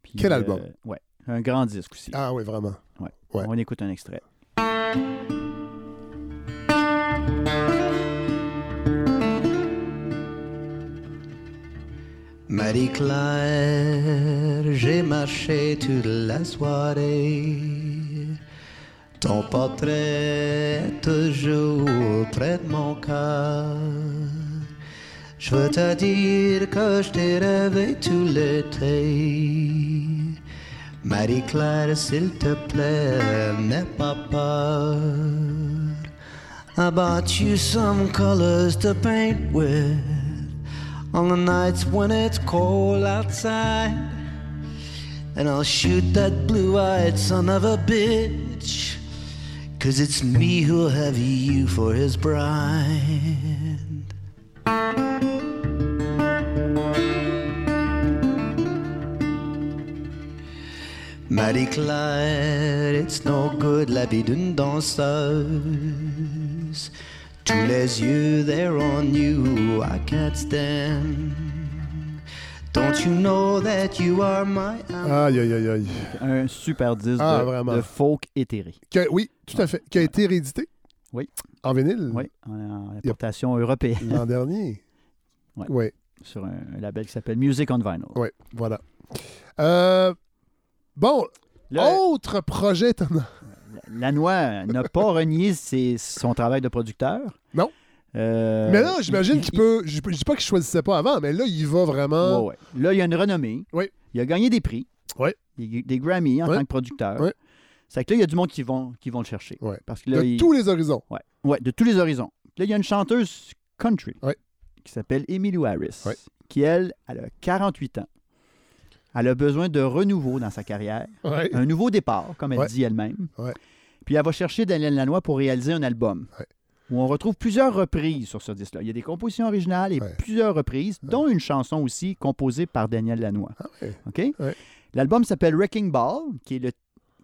B: Puis,
A: Quel
B: euh,
A: album?
B: Ouais. Un grand disque aussi.
A: Ah oui, vraiment. ouais.
B: On écoute un extrait.
E: Marie-Claire, j'ai marché toute la soirée. Ton portrait toujours près de mon cœur. Je veux te dire que je t'ai rêvé tout l'été. Marie-Claire, s'il te plaît, n'aie pas peur. I bought you some colors to paint with. on the nights when it's cold outside. And I'll shoot that blue eyed son of a bitch. Cause it's me who'll have you for his bride. Marie-Claire, it's no good la vie d'une danseuse. Tous les yeux, they're on you, I can't stand. Don't you know that you are my...
A: Aïe, aïe, aïe, aïe.
B: Un super disque
A: Ah,
B: de,
A: vraiment.
B: de folk éthéré.
A: Qui a- oui, tout à fait. Qui a été réédité.
B: Oui.
A: En vinyle.
B: Oui, en, en importation européenne
A: L'an dernier.
B: Ouais.
A: Oui,
B: sur un, un label qui s'appelle Music on Vinyl.
A: oui, voilà. Euh, bon,
B: Le-
A: autre projet étonnant.
B: Lanois n'a pas renié ses- son travail de producteur.
A: Non.
B: Euh,
A: mais là, j'imagine
B: il-
A: qu'il peut. Je je dis pas qu'il choisissait pas avant, mais là, il va vraiment.
B: Ouais, ouais. Là, il a une renommée.
A: Oui.
B: Il a gagné des prix.
A: Oui.
B: Des, des Grammy en
A: Oui.
B: tant que producteur.
A: Oui.
B: C'est que là, il y a du monde qui vont, qui vont le chercher.
A: Oui.
B: Parce que là,
A: de
B: il-
A: tous les horizons.
B: ouais. Ouais, de tous les horizons. Là, il y a une chanteuse country
A: Oui.
B: qui s'appelle Emily Harris,
A: Oui.
B: qui, elle, elle a 48 ans. Elle a besoin de renouveau dans sa carrière,
A: Ouais.
B: un nouveau départ, comme elle
A: Ouais.
B: dit elle-même.
A: Ouais.
B: Puis elle va chercher Daniel Lanois pour réaliser un album
A: Ouais.
B: où on retrouve plusieurs reprises sur ce disque-là. Il y a des compositions originales et
A: Ouais. Ah
B: plusieurs reprises, dont une chanson aussi composée par Daniel Lanois.
A: ouais.
B: OK?
A: Ouais.
B: L'album s'appelle Wrecking Ball, qui est le,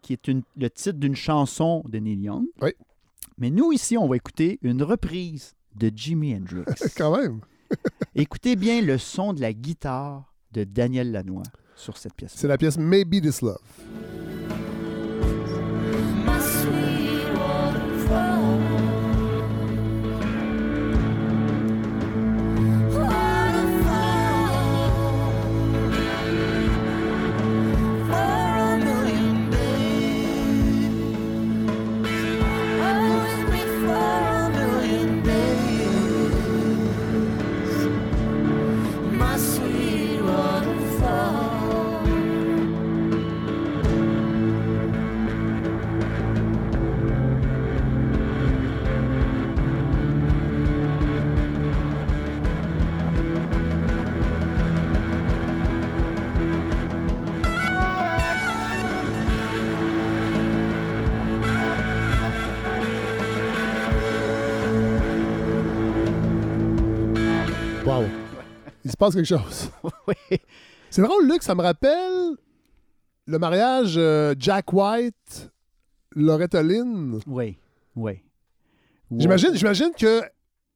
B: qui est une- le titre d'une chanson de Neil Young.
A: Ouais.
B: Mais nous, ici, on va écouter une reprise de Jimi Hendrix.
A: Quand même.
B: Écoutez bien le son de la guitare de Daniel Lanois sur cette pièce.
A: C'est la pièce Maybe This Love.
F: My sweet waterfall. Waterfall. For a million days. Hold me for a million days. My sweet waterfall.
A: Wow. Il se passe quelque chose.
B: Oui.
A: C'est drôle, Luc, ça me rappelle le mariage euh, Jack White, Loretta Lynn.
B: Oui, oui.
A: J'imagine, j'imagine que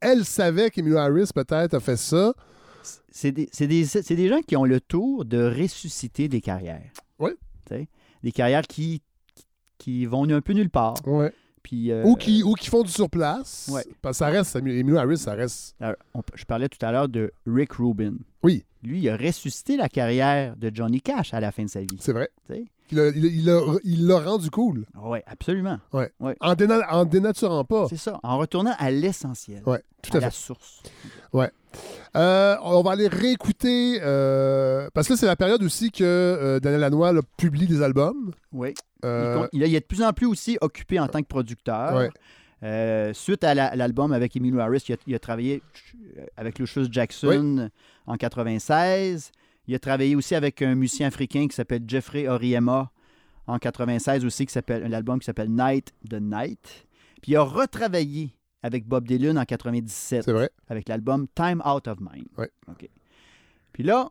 A: elle savait qu'Emilio Harris peut-être a fait ça.
B: c'est des, c'est des- c'est des gens qui ont le tour de ressusciter des carrières.
A: Oui.
B: Tu sais, Des carrières qui, qui vont un peu nulle part.
A: Ouais.
B: Puis, euh,
A: Ou, qui, ou qui font du surplace.
B: Ouais.
A: Parce que ça reste, Samuel- Emilio Harris, ça reste.
B: euh, on- je parlais tout à l'heure de Rick Rubin.
A: Oui.
B: Lui, il a ressuscité la carrière de Johnny Cash à la fin de sa vie.
A: C'est vrai.
B: tu sais.
A: Il l'a il l'a- il l'a- il l'a rendu cool.
B: Oui, absolument.
A: En, déna- en dénaturant pas.
B: C'est ça. En retournant à l'essentiel,
A: Oh. Ouais, tout
B: à
A: à fait.
B: la source.
A: Euh, on va aller réécouter. euh, parce que là, c'est la période aussi que euh, Daniel Lanois là, publie des albums.
B: Oui.
A: Euh,
B: Il, con- il, a- il est de plus en plus aussi occupé en tant que producteur.
A: Ouais.
B: Euh, suite à la- l'album avec Emilio Harris, il a, il a travaillé ch- euh, avec Lucius Jackson en 96. Il a travaillé aussi avec un musicien africain qui s'appelle Jeffrey Oriema en 96 aussi, qui s'appelle un album qui s'appelle Night the Night. Puis il a retravaillé avec Bob Dylan en 97
A: c'est vrai.
B: avec l'album Time Out of Mind.
A: Ouais.
B: OK. Puis là,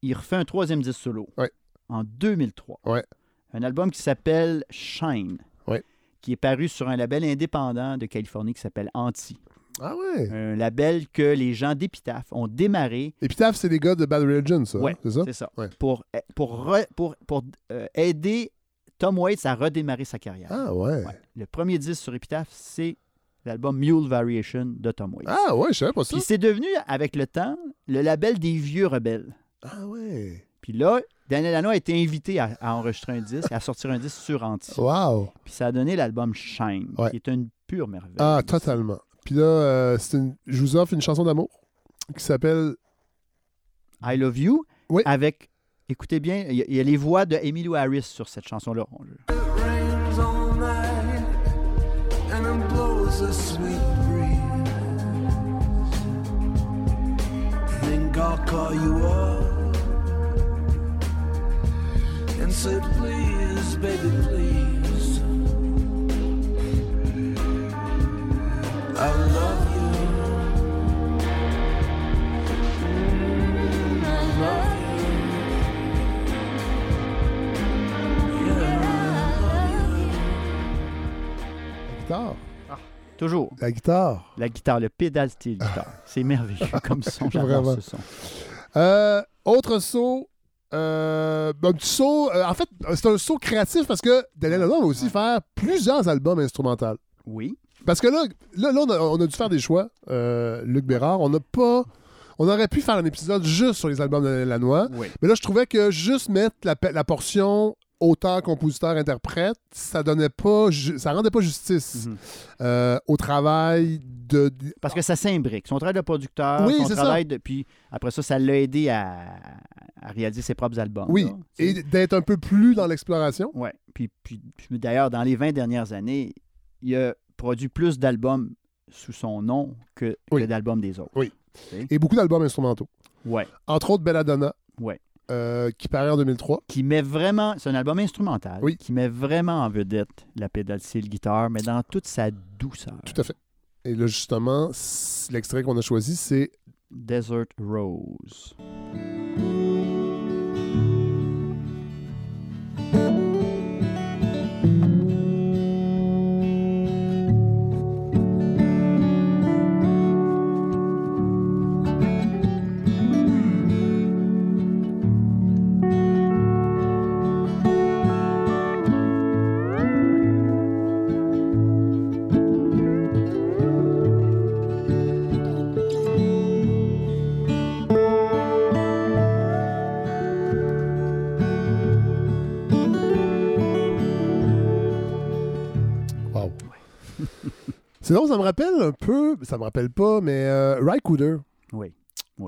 B: il refait un troisième disque solo
A: Ouais.
B: en 2003.
A: Ouais.
B: Un album qui s'appelle Shine,
A: Ouais.
B: qui est paru sur un label indépendant de Californie qui s'appelle Anti.
A: Ah ouais.
B: Un label que les gens d'Epitaph ont démarré
A: Epitaph, c'est des gars de Bad Religion, ça.
B: Ouais,
A: hein, C'est ça?
B: c'est ça,
A: Ouais.
B: pour, eh, pour, re- pour, pour euh, aider Tom Waits à redémarrer sa carrière.
A: Ah ouais.
B: Ouais. Le premier disque sur Epitaph, c'est l'album Mule Variation de Tom Waits.
A: Ah ouais, je savais pas ça.
B: Puis c'est devenu, avec le temps, le label des vieux rebelles.
A: Ah ouais.
B: Puis là, Daniel Lanois a été invité à, à enregistrer un disque, à sortir un disque sur Anti.
A: Wow.
B: Puis ça a donné l'album Shine,
A: Oh. Ouais.
B: qui est une pure merveille.
A: Ah, totalement. Puis là, euh, c'est une- je vous offre une chanson d'amour qui s'appelle.
B: I Love You,
A: Oui.
B: avec, écoutez bien, il y, a- il y a les voix de Emilio Harris sur cette chanson-là. On-
D: rains all night and it blows a sweet breeze. Think I'll call you up and say, please, baby, please. I love you. Mm, I love you.
A: guitare.
B: Toujours.
A: La guitare.
B: La guitare, le pédale style guitare. C'est merveilleux comme son. J'adore
A: Ah. Vraiment.
B: ce son.
A: Euh, autre saut. euh, un petit saut. euh, en fait, c'est un saut créatif parce que Daniel Lelon va aussi faire plusieurs albums instrumentaux.
B: Oui.
A: Parce que là, là, là, on, a, on a dû faire des choix, euh, Luc Bérard. On n'a pas. On aurait pu faire un épisode juste sur les albums de Daniel Lanois.
B: Oui.
A: Mais là, je trouvais que juste mettre la, pe- la portion auteur, compositeur, interprète, ça donnait pas, ju- ça rendait pas justice
B: Mhm.
A: euh, au travail de. de-
B: Parce que ça s'imbrique. Son travail de producteur,
A: Oui,
B: son
A: c'est ça.
B: travail de. Puis après ça, ça l'a aidé à, à réaliser ses propres albums.
A: Oui,
B: là.
A: et d'être un peu plus dans l'exploration.
B: Ouais. Puis, puis, puis d'ailleurs, dans les 20 dernières années, il a produit plus d'albums sous son nom que,
A: Oui.
B: que d'albums des autres.
A: Et beaucoup d'albums instrumentaux.
B: Ouais.
A: Entre autres, Belladonna,
B: Ouais.
A: euh, qui paraît en 2003.
B: Qui met vraiment. C'est un album instrumental.
A: Oui.
B: Qui met vraiment en vedette la pédale style guitare, mais dans toute sa douceur.
A: Tout à fait. Et là, justement, c- l'extrait qu'on a choisi, c'est
B: Desert Rose.
A: Wow. Sinon, ça me rappelle un peu, ça me rappelle pas, mais euh, Ry Cooder.
B: Oui.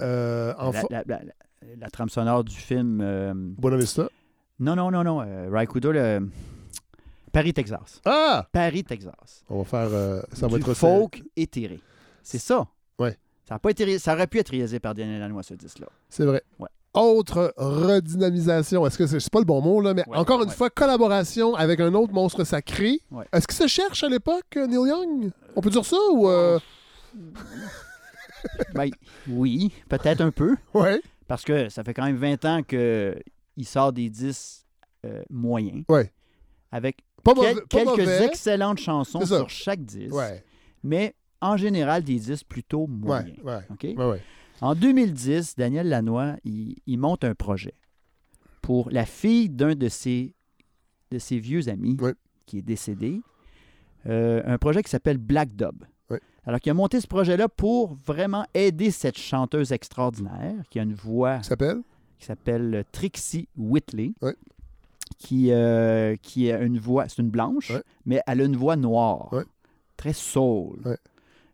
A: Euh, en
B: La,
A: fa-
B: la- la- la- la trame sonore du film. euh,
A: Buena Vista.
B: non, non, non, non. euh, Raikudo, le. Paris, Texas.
A: Ah!
B: Paris, Texas.
A: On va faire. euh, ça va
B: du
A: être
B: folk éthéré. C'est ça.
A: Ouais.
B: Ça, a pas été, ré- ça aurait pu être réalisé par Daniel Lanois, ce disque-là.
A: C'est vrai.
B: Ouais.
A: Autre redynamisation. Est-ce que c'est c'est pas le bon mot, là, mais
B: Ouais,
A: encore une
B: ouais.
A: fois, collaboration avec un autre monstre sacré.
B: Ouais.
A: Est-ce qu'il se cherche à l'époque, euh, Neil Young? On peut dire ça ou. euh,
B: Ben, oui, peut-être un peu,
A: Ouais.
B: parce que ça fait quand même 20 ans qu'il sort des disques euh, moyens.
A: Ouais.
B: Avec
A: Pas
B: quel-
A: mauvais- pas
B: quelques
A: mauvais.
B: excellentes chansons
A: C'est ça.
B: sur chaque disque,
A: Ouais.
B: mais en général, des disques plutôt
A: Ouais.
B: moyens.
A: Ouais.
B: OK?
A: Ouais. ouais.
B: En 2010, Daniel Lanois, il, il monte un projet pour la fille d'un de ses, de ses vieux amis
A: Oui.
B: qui est décédé. Euh, un projet qui s'appelle Black Dub.
A: Oui.
B: Alors qu'il a monté ce projet-là pour vraiment aider cette chanteuse extraordinaire qui a une voix
A: Il s'appelle?
B: qui s'appelle Trixie Whitley,
A: Oui.
B: qui, euh, qui a une voix, c'est une blanche,
A: Oui.
B: mais elle a une voix noire,
A: Oui.
B: très soul.
A: Oui.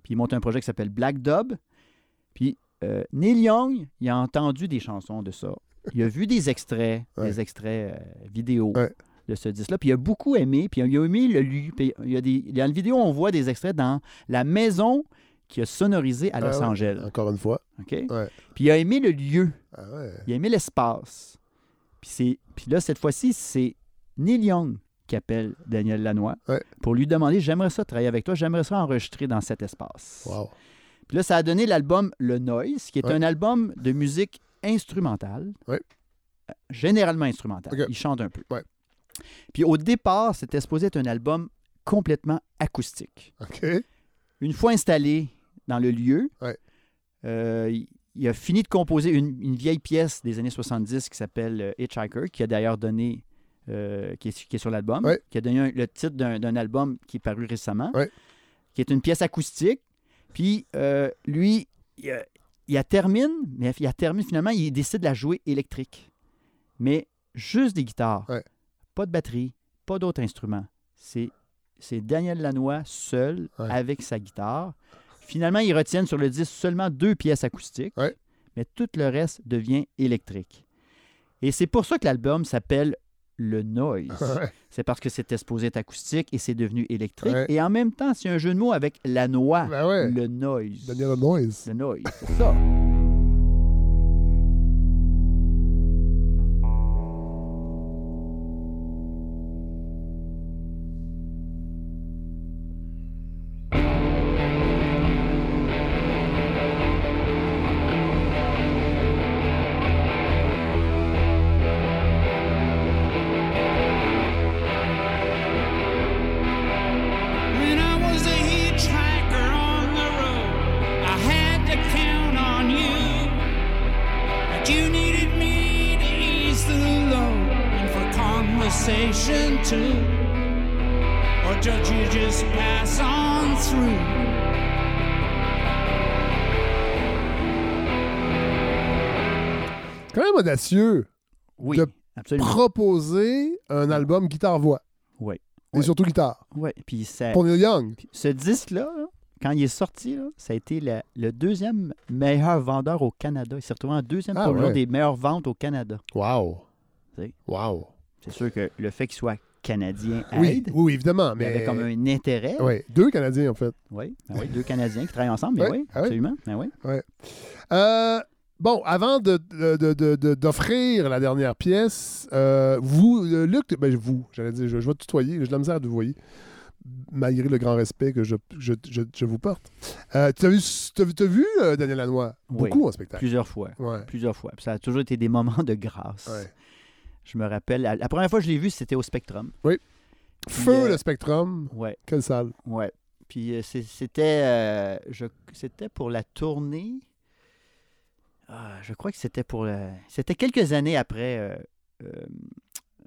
B: Puis il monte un projet qui s'appelle Black Dub. Puis euh, Neil Young, il a entendu des chansons de ça. Il a vu des extraits,
A: Oui.
B: des extraits euh, vidéo
A: Oui.
B: de ce disque-là. Puis il a beaucoup aimé. Puis il a aimé le lu. Puis il y a des, dans la vidéo, on voit des extraits dans la maison qui a sonorisé à
A: Ah
B: Los
A: ouais.
B: Angeles.
A: Encore une fois.
B: OK?
A: Ouais.
B: Puis il a aimé le lieu.
A: Ah ouais.
B: Il a aimé l'espace. Puis, c'est- puis là, cette fois-ci, c'est Neil Young qui appelle Daniel Lanois
A: Ouais.
B: pour lui demander J'aimerais ça travailler avec toi, j'aimerais ça enregistrer dans cet espace.
A: Wow.
B: Puis là, ça a donné l'album Le Noise, qui est
A: Ouais.
B: un album de musique instrumentale,
A: Ouais.
B: Euh, généralement instrumentale.
A: Ok.
B: Il chante un peu.
A: Ouais.
B: Puis au départ, c'était supposé être un album complètement acoustique
A: OK.
B: une fois installé dans le lieu,
A: Ouais.
B: euh, il- il a fini de composer une, une vieille pièce des années 70 qui s'appelle euh, Hitchhiker, qui a d'ailleurs donné, euh, qui, est, su- qui est sur l'album,
A: Ouais.
B: qui a donné un- le titre d'un d'un album qui est paru récemment,
A: Ouais.
B: qui est une pièce acoustique. Puis euh, lui, il, a- il la termine, mais il la termine finalement, il décide de la jouer électrique. Mais juste des guitares,
A: Ouais.
B: pas de batterie, pas d'autres instruments. C'est c'est Daniel Lanois seul
A: Ouais.
B: avec sa guitare. Finalement, ils retiennent sur le disque seulement deux pièces acoustiques,
A: Ouais.
B: mais tout le reste devient électrique. Et c'est pour ça que l'album s'appelle Le Noise.
A: Ouais.
B: c'est parce que c'était supposé être acoustique et c'est devenu électrique.
A: Ouais.
B: Et en même temps, c'est un jeu de mots avec Lanois,
A: Ben ouais.
B: Ah. Le Noise.
A: Daniel Noise.
B: Le Noise, c'est ça.
C: When I
G: You needed me to ease the load and for conversation too. Or did you just pass on through?
A: quand même audacieux
B: Oui,
A: De-
B: absolument.
A: proposer un album guitare-voix.
B: Oui.
A: Et
B: Ouais.
A: surtout guitare.
B: Ouais. Puis ça-
A: Pour Neil Young.
B: puis ce disque-là, là, quand il est sorti, là, ça a été la- le deuxième meilleur vendeur au Canada. Il s'est retrouvé en deuxième
A: Ah,
B: position
A: ouais.
B: des meilleures ventes au Canada.
A: Wow.
B: Tu sais.
A: Wow.
B: C'est sûr que le fait qu'il soit canadien aide.
A: Ah Oui, oui, évidemment.
B: Il y
A: Mais...
B: avait comme un intérêt.
A: Ouais, deux Canadiens, en fait.
B: Oui, ben oui, deux Canadiens qui travaillent ensemble, mais
A: Ouais,
B: oui,
A: ah ouais.
B: absolument. ben oui.
A: Euh, bon, avant de- de- de- de- de- d'offrir la dernière pièce, euh, vous, euh, Luc, ben, vous, j'allais dire, je, je vais te tutoyer, j'ai de la misère à te voyer, malgré le grand respect que je, je- je- je vous porte. Euh, tu as vu, t'as vu- t'as vu, euh, Daniel Lanois
B: Oui.
A: beaucoup en spectacle.
B: Plusieurs fois.
A: Ouais,
B: Plusieurs fois. Puis ça a toujours été des moments de grâce.
A: ouais.
B: Je me rappelle, la, la première fois que je l'ai vu, c'était au Spectrum.
A: Feu
B: euh,
A: le Spectrum,
B: Ouais,
A: quelle salle.
B: ouais. Puis euh, c'est- c'était euh, je- c'était pour la tournée. Ah, je crois que c'était pour la- C'était quelques années après. euh, euh,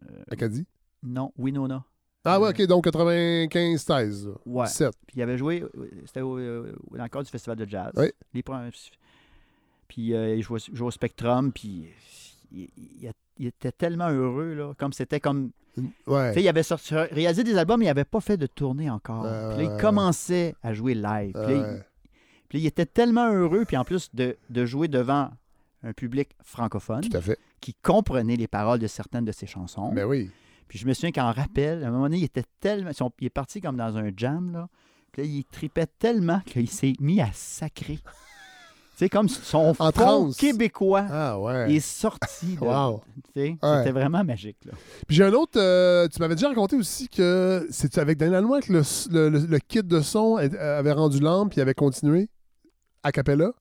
B: euh,
A: Acadie.
B: non, Winona.
A: Ah ouais,
B: euh,
A: ok, donc 95-16.
B: Ouais.
A: 7.
B: Puis il avait joué, euh, c'était au- euh, dans le cadre du festival de jazz.
A: Oui.
B: Les premiers- puis euh, il jouait, il jouait au Spectrum, puis il, il- il était tellement heureux, là, comme c'était comme... Tu sais,
A: Ouais.
B: il avait sorti, réalisé des albums, mais il n'avait pas fait de tournée encore.
A: Ouais,
B: puis là,
A: Euh, ouais,
B: il
A: ouais.
B: commençait à jouer live. Puis, là, il,
A: Ouais.
B: puis là, il était tellement heureux, puis en plus de, de jouer devant un public francophone
A: Tout à fait.
B: qui comprenait les paroles de certaines de ses chansons.
A: Mais oui.
B: Puis je me souviens qu'en rappel, à un moment donné, il était tellement. ils sont- Il est parti comme dans un jam, là. Puis là, il tripait tellement qu'il s'est mis à sacrer. C'est comme son
A: En
B: front
A: transe.
B: québécois.
A: Ah
B: Il
A: ouais.
B: est sorti. là.
A: Wow.
B: Tu sais,
A: Ouais.
B: C'était vraiment magique. Là.
A: Puis j'ai un autre. euh, tu m'avais déjà raconté aussi que c'est avec Daniel Lanois que le, le, le- le kit de son a- avait rendu l'âme puis avait continué à Capella.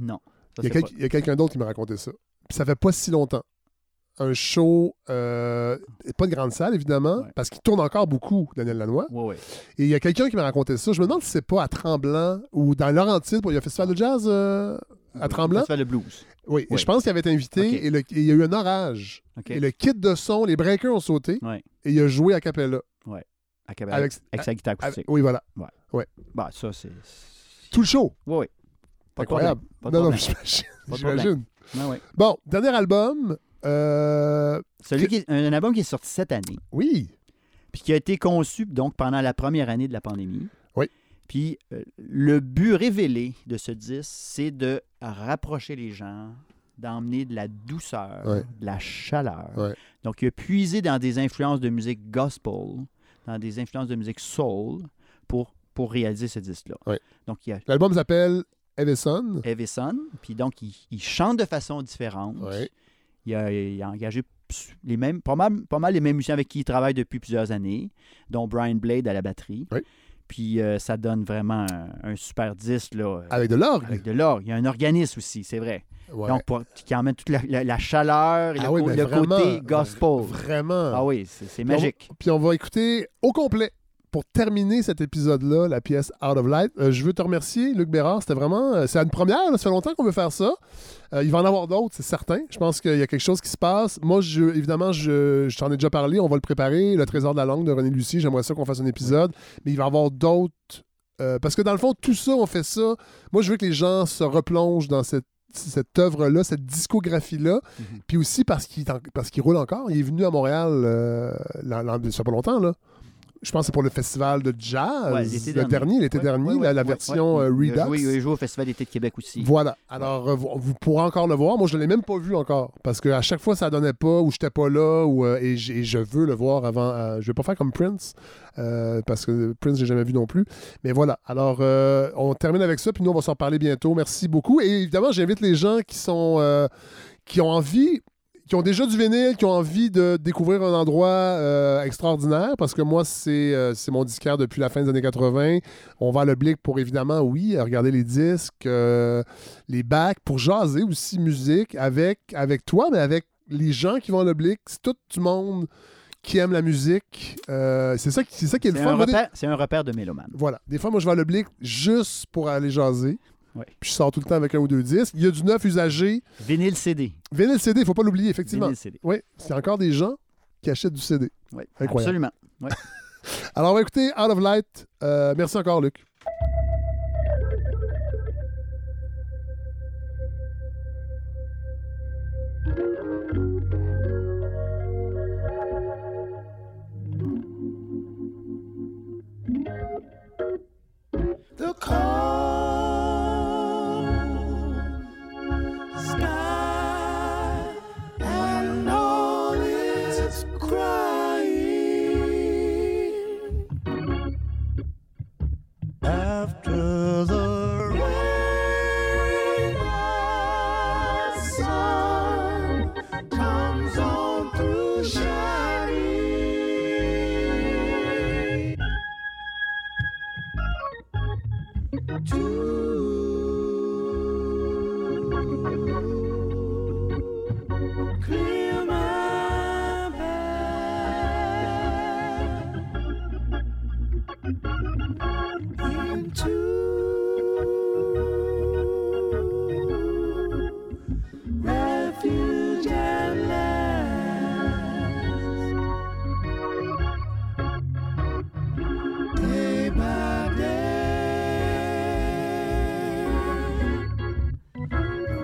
B: Non.
A: Il y a,
B: Ça, c'est
A: quel- il y a quelqu'un d'autre qui m'a raconté ça. Puis ça fait pas si longtemps. Un show, euh, pas de grande salle évidemment,
B: Ouais.
A: parce qu'il tourne encore beaucoup, Daniel Lanois.
B: pas- Ouais, ouais.
A: Et il y a quelqu'un qui m'a raconté ça. Je me demande si c'est pas à Tremblant ou dans Laurentide, pour- il y a un festival de jazz euh, à Tremblant.
B: Ça fait le blues.
A: Oui, et
B: Oui.
A: je pense qu'il avait été invité
B: Ok.
A: et, le- et il y a eu un orage.
B: OK.
A: Et le kit de son, les breakers ont sauté
B: Ouais.
A: et il a joué à Capella.
B: À Québec, avec,
A: Avec-
B: sa guitare
A: Ah,
B: acoustique.
A: oui, voilà.
B: Bah, ça, c'est. c'est-
A: Tout le show.
B: Ouais, ouais. Pas de
A: Incroyable.
B: problème, Pas de
A: non, non,
B: problème.
A: j'imagine.
B: Pas de
A: j'imagine.
B: Ouais, ouais.
A: Bon, dernier album. euh,
B: Celui qui est- un album qui est sorti cette année.
A: oui.
B: puis qui a été conçu donc pendant la première année de la pandémie.
A: Oui.
B: Puis euh, le but révélé de ce disque, c'est de rapprocher les gens, d'emmener de la douceur,
A: Ouais.
B: de la chaleur.
A: Ouais.
B: Donc il a puisé dans des influences de musique gospel, dans des influences de musique soul pour, pour réaliser ce disque-là.
A: Ouais.
B: Donc il y a
A: L'album s'appelle Evison.
B: Evison, puis donc il, il chante de façon différente.
A: Ouais.
B: Il a, il a engagé ps- les mêmes, pas, mal, pas mal les mêmes musiciens avec qui il travaille depuis plusieurs années, dont Brian Blade à la batterie.
A: Oui.
B: Puis euh, ça donne vraiment un, un super disque là, euh,
A: Avec de l'orgue.
B: avec de l'or. Il y a un organisme aussi, c'est vrai.
A: Ouais.
B: Donc, pour- qui emmène toute la, la- la chaleur et
A: Ah
B: le,
A: oui,
B: co-
A: mais
B: le
A: vraiment,
B: côté gospel.
A: Vraiment.
B: Ah oui, c'est c'est
A: Puis on-
B: magique.
A: Puis on va écouter au complet. Pour terminer cet épisode-là, la pièce Out of Light, Euh, je veux te remercier, Luc Bérard. C'était vraiment. euh, c'est une première, là. ça fait longtemps qu'on veut faire ça. Euh, il va en avoir d'autres, c'est certain. Je pense qu'il y a quelque chose qui se passe. Moi, je, évidemment, je, je t'en ai déjà parlé. On va le préparer. Le Trésor de la langue de René Lucie. J'aimerais ça qu'on fasse un épisode. Mais il va y avoir d'autres. euh, parce que dans le fond, tout ça, on fait ça. Moi, je veux que les gens se replongent dans cette cette œuvre-là, cette discographie-là,
B: Mhm.
A: puis aussi parce qu'il est en- parce qu'il roule encore. Il est venu à Montréal euh, l'an- l'an- ça fait pas longtemps, là. Je pense que c'est pour le festival de jazz,
B: Ouais, l'été
A: euh, le
B: dernier.
A: dernier, l'été
B: Ouais,
A: dernier,
B: ouais, ouais,
A: la, la
B: ouais,
A: version
B: ouais.
A: euh,
B: Il a
A: Redux.
B: joué- il a joué au Festival d'été de Québec aussi.
A: Voilà. Alors, euh, vous, vous pourrez encore le voir. Moi, je ne l'ai même pas vu encore. Parce qu'à chaque fois, ça donnait pas, ou j'étais pas là, ou, euh, et, j- et je veux le voir avant. euh, je vais pas faire comme Prince, euh, parce que Prince, j'ai jamais vu non plus. Mais voilà. Alors, euh, on termine avec ça, puis nous, on va s'en parler bientôt. Merci beaucoup. Et évidemment, j'invite les gens qui sont. euh, qui ont envie. Qui ont déjà du vinyle, qui ont envie de découvrir un endroit euh, extraordinaire, parce que moi, c'est euh, c'est mon disquaire depuis la fin des années 80. On va à l'oblique pour évidemment, oui, regarder les disques, euh, les bacs pour jaser aussi musique avec, avec toi, mais avec les gens qui vont à l'oblique. C'est tout du monde qui aime la musique. Euh, c'est ça, qui- c'est ça qui est le
B: C'est
A: fun.
B: un,
A: Moi, des-
B: repère- c'est un repère de mélomane.
A: Voilà. Des fois, moi, je vais à l'oblique juste pour aller jaser.
B: Ouais.
A: Puis je sors tout le temps avec un ou deux disques. Il y a du neuf usagé.
B: Vinyle CD.
A: Vinyle CD, il faut pas l'oublier, effectivement.
B: Vinyle CD.
A: Oui, c'est encore des gens qui achètent du CD.
B: Oui,
A: Incroyable.
B: absolument.
A: Alors, on va écouter Out of Light. Euh, merci encore, Luc.
D: The cold sky and all its crying after the rain, the sun comes on through shining. to clear my path into refuge and last day by day.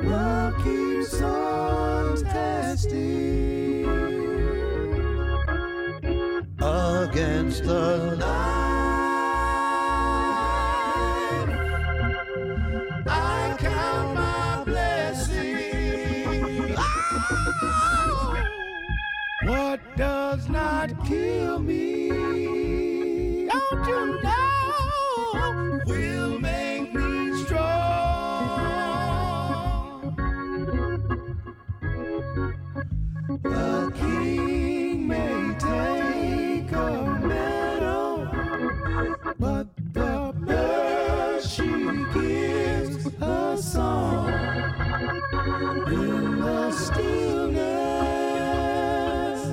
D: Love keeps on testing against the light. I count my blessings. Oh! What does not kill me? Don't you know? Will make me strong. A king may take a medal, but the bird she gives a song in the stillness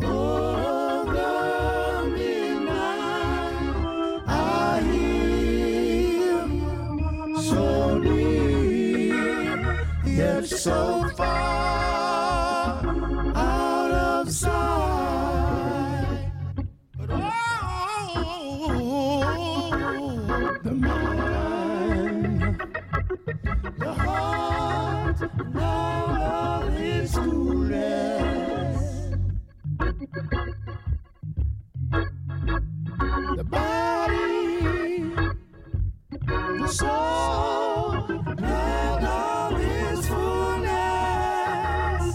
D: of the midnight. I hear so near, yet so far out of sight. But oh, the mind the heart now of its coolness. The body, the soul, now of its fullness.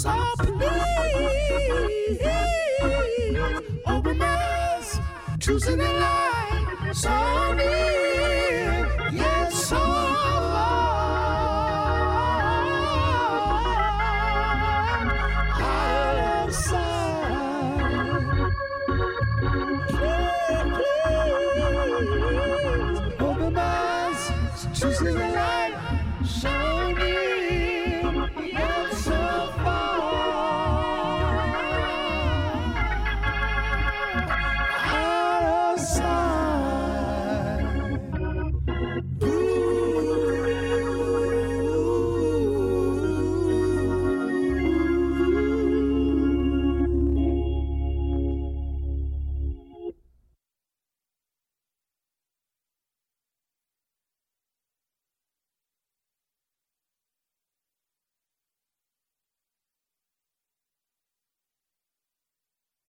D: So please, open us, choosing the light. So please.